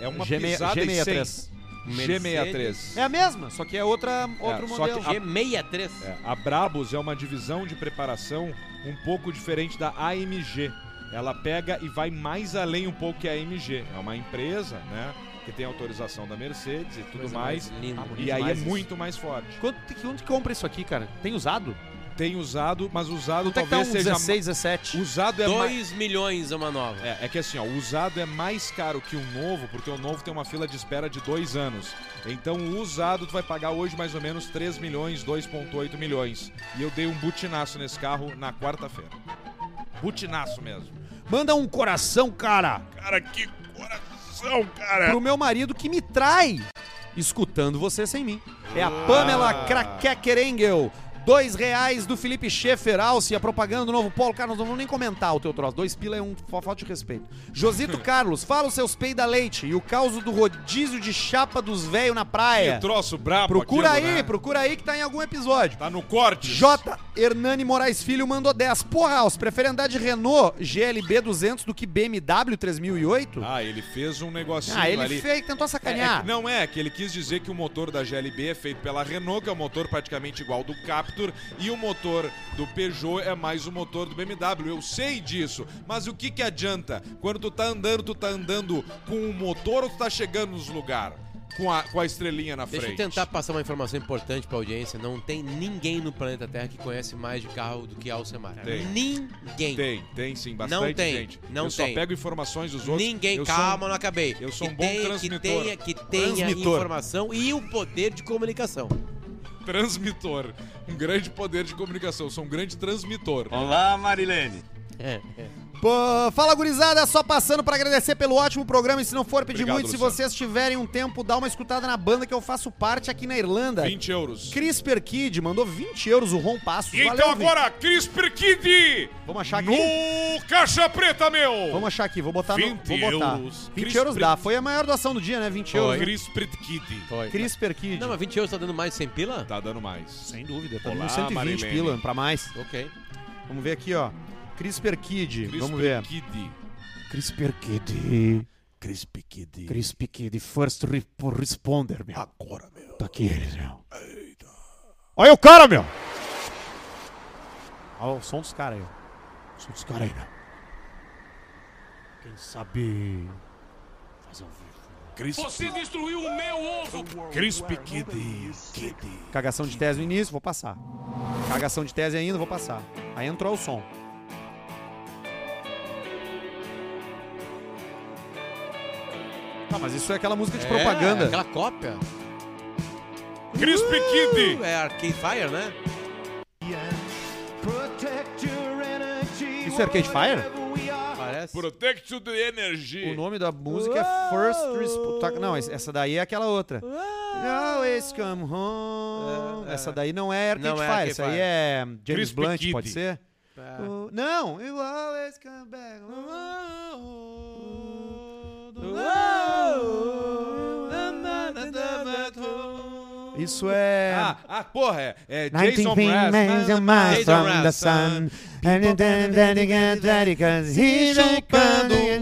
é, é uma
Tá G-
pisada e sem.
G63.
G63.
É a mesma, só que é outra, outro
só que
modelo.
a-
G63.
É, a Brabus é uma divisão de preparação um pouco diferente da AMG. Ela pega e vai mais além um pouco que a AMG. É uma empresa, né? Que tem autorização da Mercedes e tudo
Coisa
mais.
linda.
E aí é
demais isso.
muito mais forte.
Quanto, que- onde compra isso aqui, cara? Tem usado?
Tem usado, mas usado
Quanto é que tá um
talvez seja.
16, 17?
Usado é mais.
2 milhões é uma nova.
É, é que assim, ó, o usado é mais caro que o novo, porque o novo tem uma fila de espera de dois anos. Então o usado tu vai pagar hoje mais ou menos 3 milhões, 2,8 milhões. E eu dei um butinaço nesse carro na quarta-feira. Butinaço mesmo.
Manda um coração, cara,
Cara, que coração, cara!
pro meu marido que me trai, escutando você sem mim. É a
Ah.
Pamela Krakekerengel. Dois reais do Felipe Schaefer, Alce, a propaganda do novo polo. Cara, nós não vamos nem comentar o teu troço. Dois pila é um fa- falta de respeito. Josito Carlos, *laughs* fala os seus peida leite e o caos do rodízio de chapa dos velhos na praia.
Que troço brabo
Procura
aquilo,
aí,
né?
procura aí que tá em algum episódio.
Tá no corte.
J. Hernani Moraes Filho mandou 10. Porra, Alce, prefere andar de Renault GLB 200 do que BMW 3008?
Ah, ele fez um negocinho
Ah, ele
ali.
fez, tentou
É
sacanear.
que- não é, que ele quis dizer que o motor da GLB é feito pela Renault, que é um motor praticamente igual ao do Captur, e o motor do Peugeot é mais o motor do BMW. Eu sei disso, mas o que que adianta? Quando tu tá andando, tu tá andando com o motor ou tu tá chegando nos lugares? Com a, com a estrelinha na
Deixa eu
frente.
tentar passar uma informação importante pra audiência. Não tem ninguém no planeta Terra que conhece mais de carro do que Alcemar.
Tem.
Ninguém.
Tem, tem sim, bastante
Não tem,
gente.
não
eu só
tem.
pego informações dos outros.
Ninguém,
eu sou um-
calma, não acabei.
eu sou um
que
bom
tenha,
transmitor.
Que tenha, que tenha
Transmitor.
informação e o poder de comunicação.
transmitor. Um grande poder de comunicação. Eu sou um grande transmitor.
É, é.
Pô, fala, gurizada, só passando pra agradecer pelo ótimo programa e se não for pedir
Obrigado,
muito,
Luciano.
se vocês tiverem um tempo, dá uma escutada na banda que eu faço parte aqui na Irlanda.
20 euros.
Crisper Kid mandou 20 euros o Ron Passos.
E então
Valeu,
agora, Cris Perkid
Vin. Vamos achar aqui.
no Caixa Preta, meu!
Vamos achar aqui, vou botar
20
no. Vou botar.
euros.
20
Cris
euros
Pres-
dá. Foi a maior doação do dia, né? 20 euros. né?
Cris Perkid.
Foi.
Crisper Kid.
Não, mas 20 euros tá dando mais de 100 pila?
Tá dando mais.
Sem dúvida, tá
Olá,
dando 120
Marilene.
pila pra mais.
Ok.
Vamos ver aqui, ó. Crisper Kid.
Cris
Vamos ver.
Perkid.
Crisper Kid.
Crispy Kid.
Crispy Kid, first re- responder, meu. Agora, meu. Tá aqui ele, meu. Olha o cara, meu! Olha o som dos caras aí, ó. O som dos caras aí, meu. Quem sabe.
Você destruiu o meu ovo! Crispy Kid. Kid.
Cagação de tese no início, vou passar. Cagação de tese ainda, vou passar. Aí entrou o som. Tá, mas isso é aquela música de propaganda.
É, aquela cópia.
Crispy Kid.
Uh, é Arcade Fire, né?
Isso é Arcade Fire?
Parece.
Protect the energy.
O nome da música é First Response. Não, es- essa daí é aquela outra. Always come home.
É, é.
Essa daí não é Arcade
Não é
Fire.
Arcade
essa
Fire.
aí é James
Crispy
Blunt,
Kid.
pode ser?
É.
Uh, Não,
e
you always come back. Isso é.
Ah, ah, porra, é, é Jason né?
19 miles a
Brass.
mile
Jason
from the
Mraz,
sun. And then then then again, that he comes, he should come.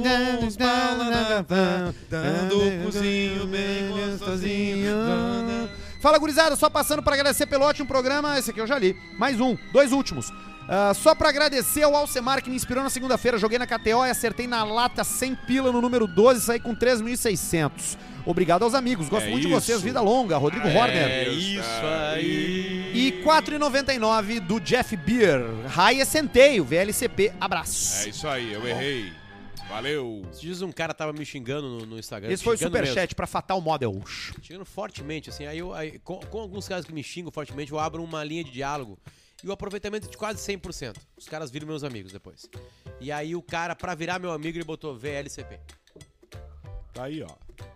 Dando um cozinho bem gostosinho. dando-
Fala, gurizada, só passando para agradecer pelo ótimo programa. Esse aqui eu já li. Mais um, dois últimos. Ah, só para agradecer ao Alcemar que me inspirou na segunda-feira. Joguei na KTO e acertei na lata 100 pila no número 12 saí com 3.600. Obrigado aos amigos. Gosto
É
muito de
isso.
vocês. Vida longa. Rodrigo Horner.
É isso aí.
E 4,99 do Jeff Beer. Raia Centeio, VLCP.
É
Abraço.
isso aí, eu errei. Valeu.
Esses dias um cara tava me xingando no, no Instagram.
Esse foi o
xingando
superchat para Fatal Models.
mesmo, Xingando fortemente, assim. Aí, eu, aí com, com alguns caras que me xingam fortemente, eu abro uma linha de diálogo. E o aproveitamento é de quase 100%. Os caras viram meus amigos depois. E aí o cara, pra virar meu amigo, ele botou VLCP.
Tá aí, ó.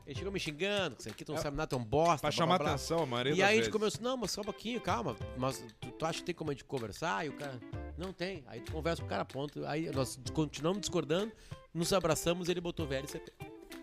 Ele chegou me xingando, que isso aqui tu não sabe nada, tu é um bosta.
Pra
blá,
chamar
blá, blá.
atenção, a maioria
E
das
aí a gente
vezes.
começou, não, mas só um pouquinho, calma. Mas tu, tu acha que tem como a gente conversar? E o cara, não tem. Aí tu conversa com o cara, ponto. Aí nós continuamos discordando, nos abraçamos ele botou VLCP.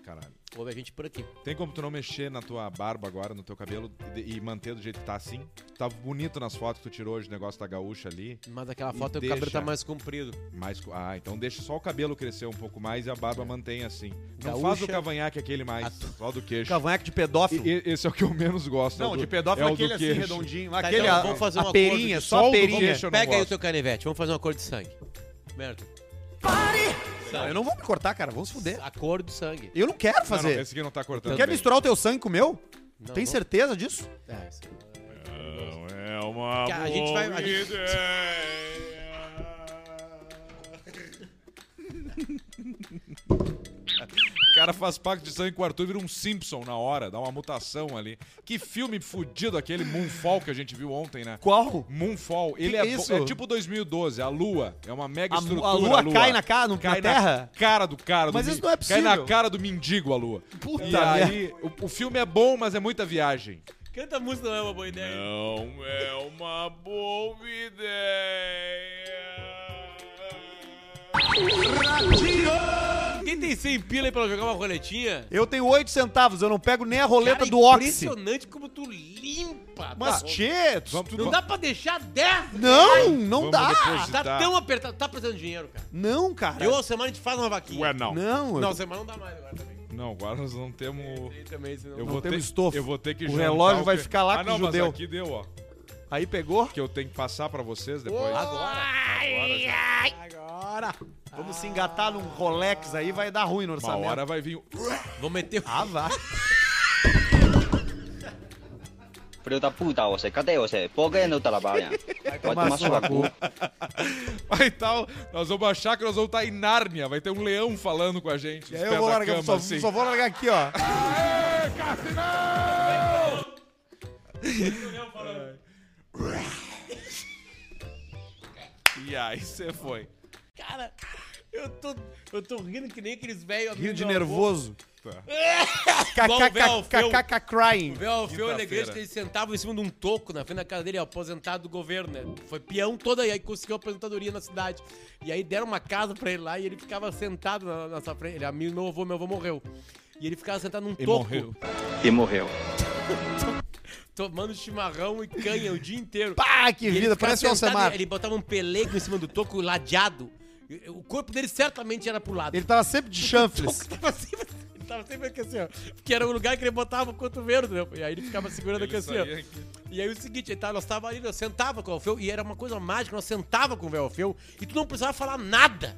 Caralho.
Houve a gente por aqui.
Tem como tu não mexer na tua barba agora, no teu cabelo, e, e manter do jeito que tá assim? Tá bonito nas fotos que tu tirou hoje, o negócio da gaúcha ali.
Mas aquela
E
foto o
deixa.
cabelo tá mais comprido.
Mas, ah, então deixa só o cabelo crescer um pouco mais e a barba
É.
mantém assim. Não
Gaúcha.
faz o cavanhaque aquele mais, só do queixo.
Cavanhaque de pedófilo.
E- e- esse é o que eu menos gosto. é o
Não,
do-
de pedófilo
é
é
o do
aquele assim,
queixo.
redondinho.
Tá,
Aquele,
então
a,
vamos fazer
a
um acordo
perinha,
de
só a
sol do
perinha.
queixo. eu não
Pega aí o
gosto.
teu canivete, vamos fazer um acordo de sangue. Merda.
Não, eu não vou me cortar, cara, vamos fuder.
Acordo de sangue.
Eu não quero
Não, não,
fazer.
esse aqui não tá cortando.
Quer
bem.
misturar o teu sangue com o meu?
Não,
Tem
não-
certeza disso?
É, isso.
Não é uma
Que a gente vai- a
boa
gente-
ideia. *laughs* O cara faz pacto de sangue com o Arthur e vira um Simpson na hora, dá uma mutação ali. Que filme fudido aquele Moonfall que a gente viu ontem, né?
Qual?
Moonfall, ele
que
é,
é
bo-
isso?
é tipo 2012, a lua, é uma mega
A, mu-
estrutura.
a lua cai na, ca- no,
cai
na terra?
na cara do cara.
Mas
do
isso
mi-
não é
Cai na
possível.
cara do mendigo a lua.
Puta
e aí, o- o filme é bom, mas é muita viagem.
Canta a música não é uma boa ideia.
Não é uma boa ideia. É.
Quem tem 100 pila aí pra jogar uma roletinha?
Eu tenho 8 centavos, eu não pego nem a roleta
Cara,
do Oxy.
Impressionante como tu limpa.
Mas,
tá?
tchê, tu-
Vamos,
Não dá pra deixar 10?
não, não
vamos
dá.
depositar.
Tá tão apertado. Tá precisando de dinheiro, cara.
Não, cara.
Eu, ao semana, a gente faz uma vaquinha.
Ué, não.
Não,
Não,
eu-
ao semana não dá mais agora também.
Não, agora nós não temos.
Aí também, senão...
Eu vou,
temos
ter,
estofo.
eu vou ter que
O
jantar
relógio
o
vai
que-
ficar lá
ah,
com o
não, mas
judeu.
aqui deu, ó.
aí pegou.
Que eu tenho que passar pra vocês depois.
Agora. Vamos se engatar num Rolex aí, vai dar ruim no
Uma
orçamento.
hora vai vir. o-
Vou meter...
Ah, vai.
Filho da puta, você, cadê você? Por que não tá trabalha? Vai tomar sua cu.
Vai tal. Nós vamos achar que nós vamos estar em Nárnia. Vai ter um leão falando com a gente.
Aí
nos pés
eu vou
da
largar,
cama,
só,
assim.
só vou largar aqui, ó.
E aí você foi.
Cara, Eu tô, eu tô rindo que nem aqueles velhos
Rio de nervoso.
*laughs*
Tá. Igual o véu Alfeu.
KKK crying.
O véu Alfeu é
Quinta-feira.
elegante que ele sentava em cima de um toco na frente da casa dele, é aposentado do governo, né? Foi peão toda aí, aí conseguiu a aposentadoria na cidade. E aí deram uma casa pra ele lá e ele ficava sentado na nossa frente. Ele, ah, meu meu avô, meu avô morreu. E ele ficava sentado num toco.
morreu.
E morreu.
Tomando chimarrão e canha o dia inteiro.
Pá, que
E ele
vida,
ficava
parece o
sentado,
Alcemar.
Ele botava um pelego em cima do toco ladeado. E- O corpo dele certamente era pro lado.
Ele tava sempre
*laughs*
de chanfles.
tava sempre, Tipo assim, *laughs* ele tava sempre aqui assim, ó. Porque era o lugar que ele botava o cotovelo, entendeu? E aí ele ficava segurando aqui assim, ó.
saía aqui.
E aí o seguinte, ele tava, nós tava ali, nós sentava com o Alfeu, e era uma coisa mágica, nós sentava com o véu Alfeu, e tu não precisava falar nada.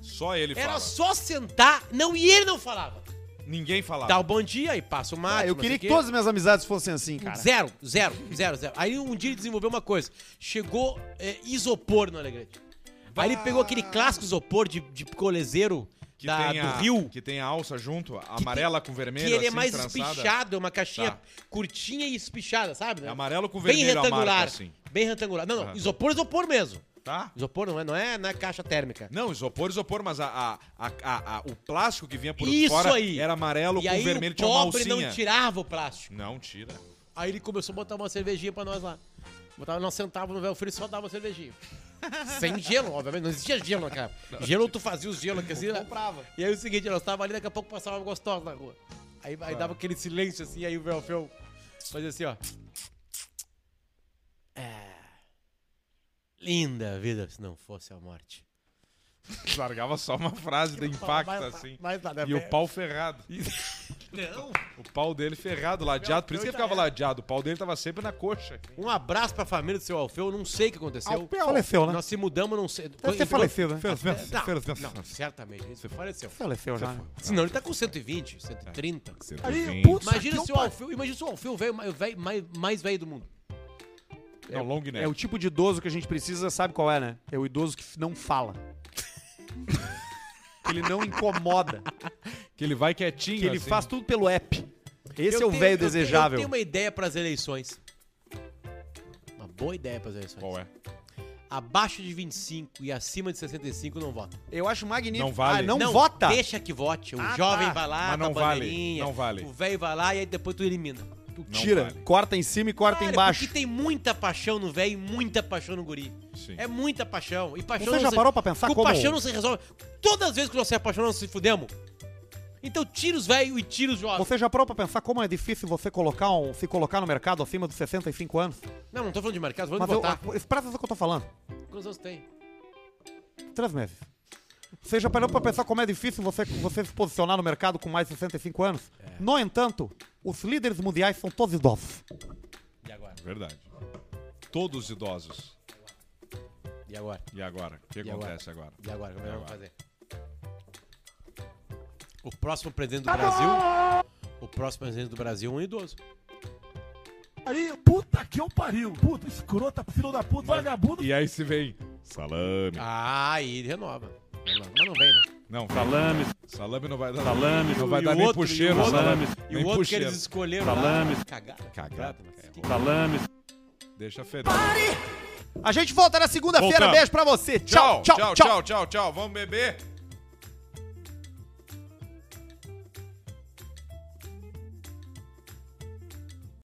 Só ele
Era
fala.
só sentar, não, e ele não falava.
Ninguém falava.
Dá o bom dia e passa o mate,
Ah, eu
não
queria
sei
que
o quê.
todas as minhas amizades fossem assim, cara.
é Zero, zero, zero, zero. Aí um dia ele desenvolveu uma coisa. Chegou é, isopor no Alegrete. Aí ele pegou aquele clássico isopor de, de picolezeiro
que
da-
tem a,
do Rio.
Que tem a alça junto, amarela com vermelho,
que ele é
assim,
mais
trançada.
espichado, é uma caixinha
Tá.
curtinha e espichada, sabe? né?
É amarelo com
bem
vermelho, a marca,
retangular,
assim.
bem retangular. Não, não,
Aham.
isopor, isopor mesmo.
Tá?
Isopor não é, não é na caixa térmica.
Não, isopor, isopor, mas a, a- a- a- a- o plástico que vinha por
Isso
fora
aí.
era amarelo
e
com
aí
vermelho,
o
tinha uma
pobre
alcinha.
não tirava o plástico.
Não, tira.
Aí ele começou a botar uma cervejinha pra nós lá. Botava, nós sentávamos no véu frio e só dava cervejinha. Sem gelo, obviamente. Não existia gelo naquela época. Gelo, tu fazia os gelos aqui assim. né? E aí o seguinte, nós tava ali, daqui a pouco passava uma gostosa na rua. Aí, aí dava aquele silêncio assim, aí o véu frio fazia assim, ó. É. Linda a vida se não fosse a morte.
Largava só uma
*laughs*
frase de impacto,
mais-
assim.
mais nada,
e
velho.
o pau ferrado.
Não!
O pau dele ferrado, ladeado. Por isso que ele
Meu Deus, é.
ficava ladeado. O pau dele tava sempre na coxa.
Um abraço pra família do seu Alfeu, não sei o que aconteceu.
Alfeu. Faleceu, né?
Nós se mudamos, não sei.
Deve ter falecido, né?
Não, não, certamente, ele faleceu.
Faleceu já. né?
Senão ele tá com 120, 130.
Aí,
Imagina se o Alfeu, imagina se o Alfeu velho, mais- velho, mais, mais velho do mundo.
É o long neck.
É o tipo de idoso que a gente precisa, sabe qual é, né? É o idoso que não
*laughs*
fala. Que ele não incomoda.
Que ele vai quietinho,
Que ele
assim.
faz tudo pelo app. Esse
Eu
é o
tenho-
velho
eu tenho-
desejável.
Eu tenho uma ideia pras eleições. Uma boa ideia pras eleições.
Qual é?
Abaixo de 25 e acima de 65 não vota.
Eu acho magnífico.
Não vale.
Ah, não, vota.
Deixa que vote. O jovem vai lá,
Mas
dá
não vale,
bandeirinha,
não vale.
O velho vai lá e aí depois tu elimina. Tu
Não
Tira.
vale.
Corta em cima e corta
Cara,
embaixo.
Porque tem muita paixão no velho e muita paixão no guri.
Sim.
É muita paixão. E paixão
Você
não
já
se-
parou pra pensar
com
como-
paixão não se resolve. Todas as vezes que nós se apaixonamos, nós se fudemos. Então tira os velhos e tira os jovens.
Você já parou pra pensar como é difícil você colocar um- se colocar no mercado acima dos 65 anos?
Não, não tô falando de mercado, tô falando
Mas
de votar.
eu, presta atenção no que eu tô falando.
Quantos anos tem?
Três meses. Você já parou pra pensar como é difícil você, você se posicionar no mercado com mais de 65 anos? No entanto, os líderes mundiais são todos idosos.
E agora?
Verdade. Todos idosos.
E agora?
E agora? O que
E
acontece agora?
E agora? Como é que
agora?
vamos fazer? O próximo presidente do Brasil. O próximo presidente do Brasil é um idoso.
Aí, puta que eu pariu. Puta, escrota, filho da puta, vagabundo.
E aí se vem. Salame.
Ah, e ele renova. renova. Mas não vem, né?
Não, salame. Salame não vai dar. Salame não vai
E
dar
o
nem
outro-
pro cheiro,
e o outro-
salame.
E
nem
o
pro
outro que
cheiro.
eles escolheram lá.
Salames.
Cagada.
Cagada.
Mas que-
Salame.
é. Deixa feder.
A gente volta na segunda-feira.
Voltamos.
Beijo pra você.
Tchau,
tchau, tchau. tchau.
tchau, tchau. Vamos beber.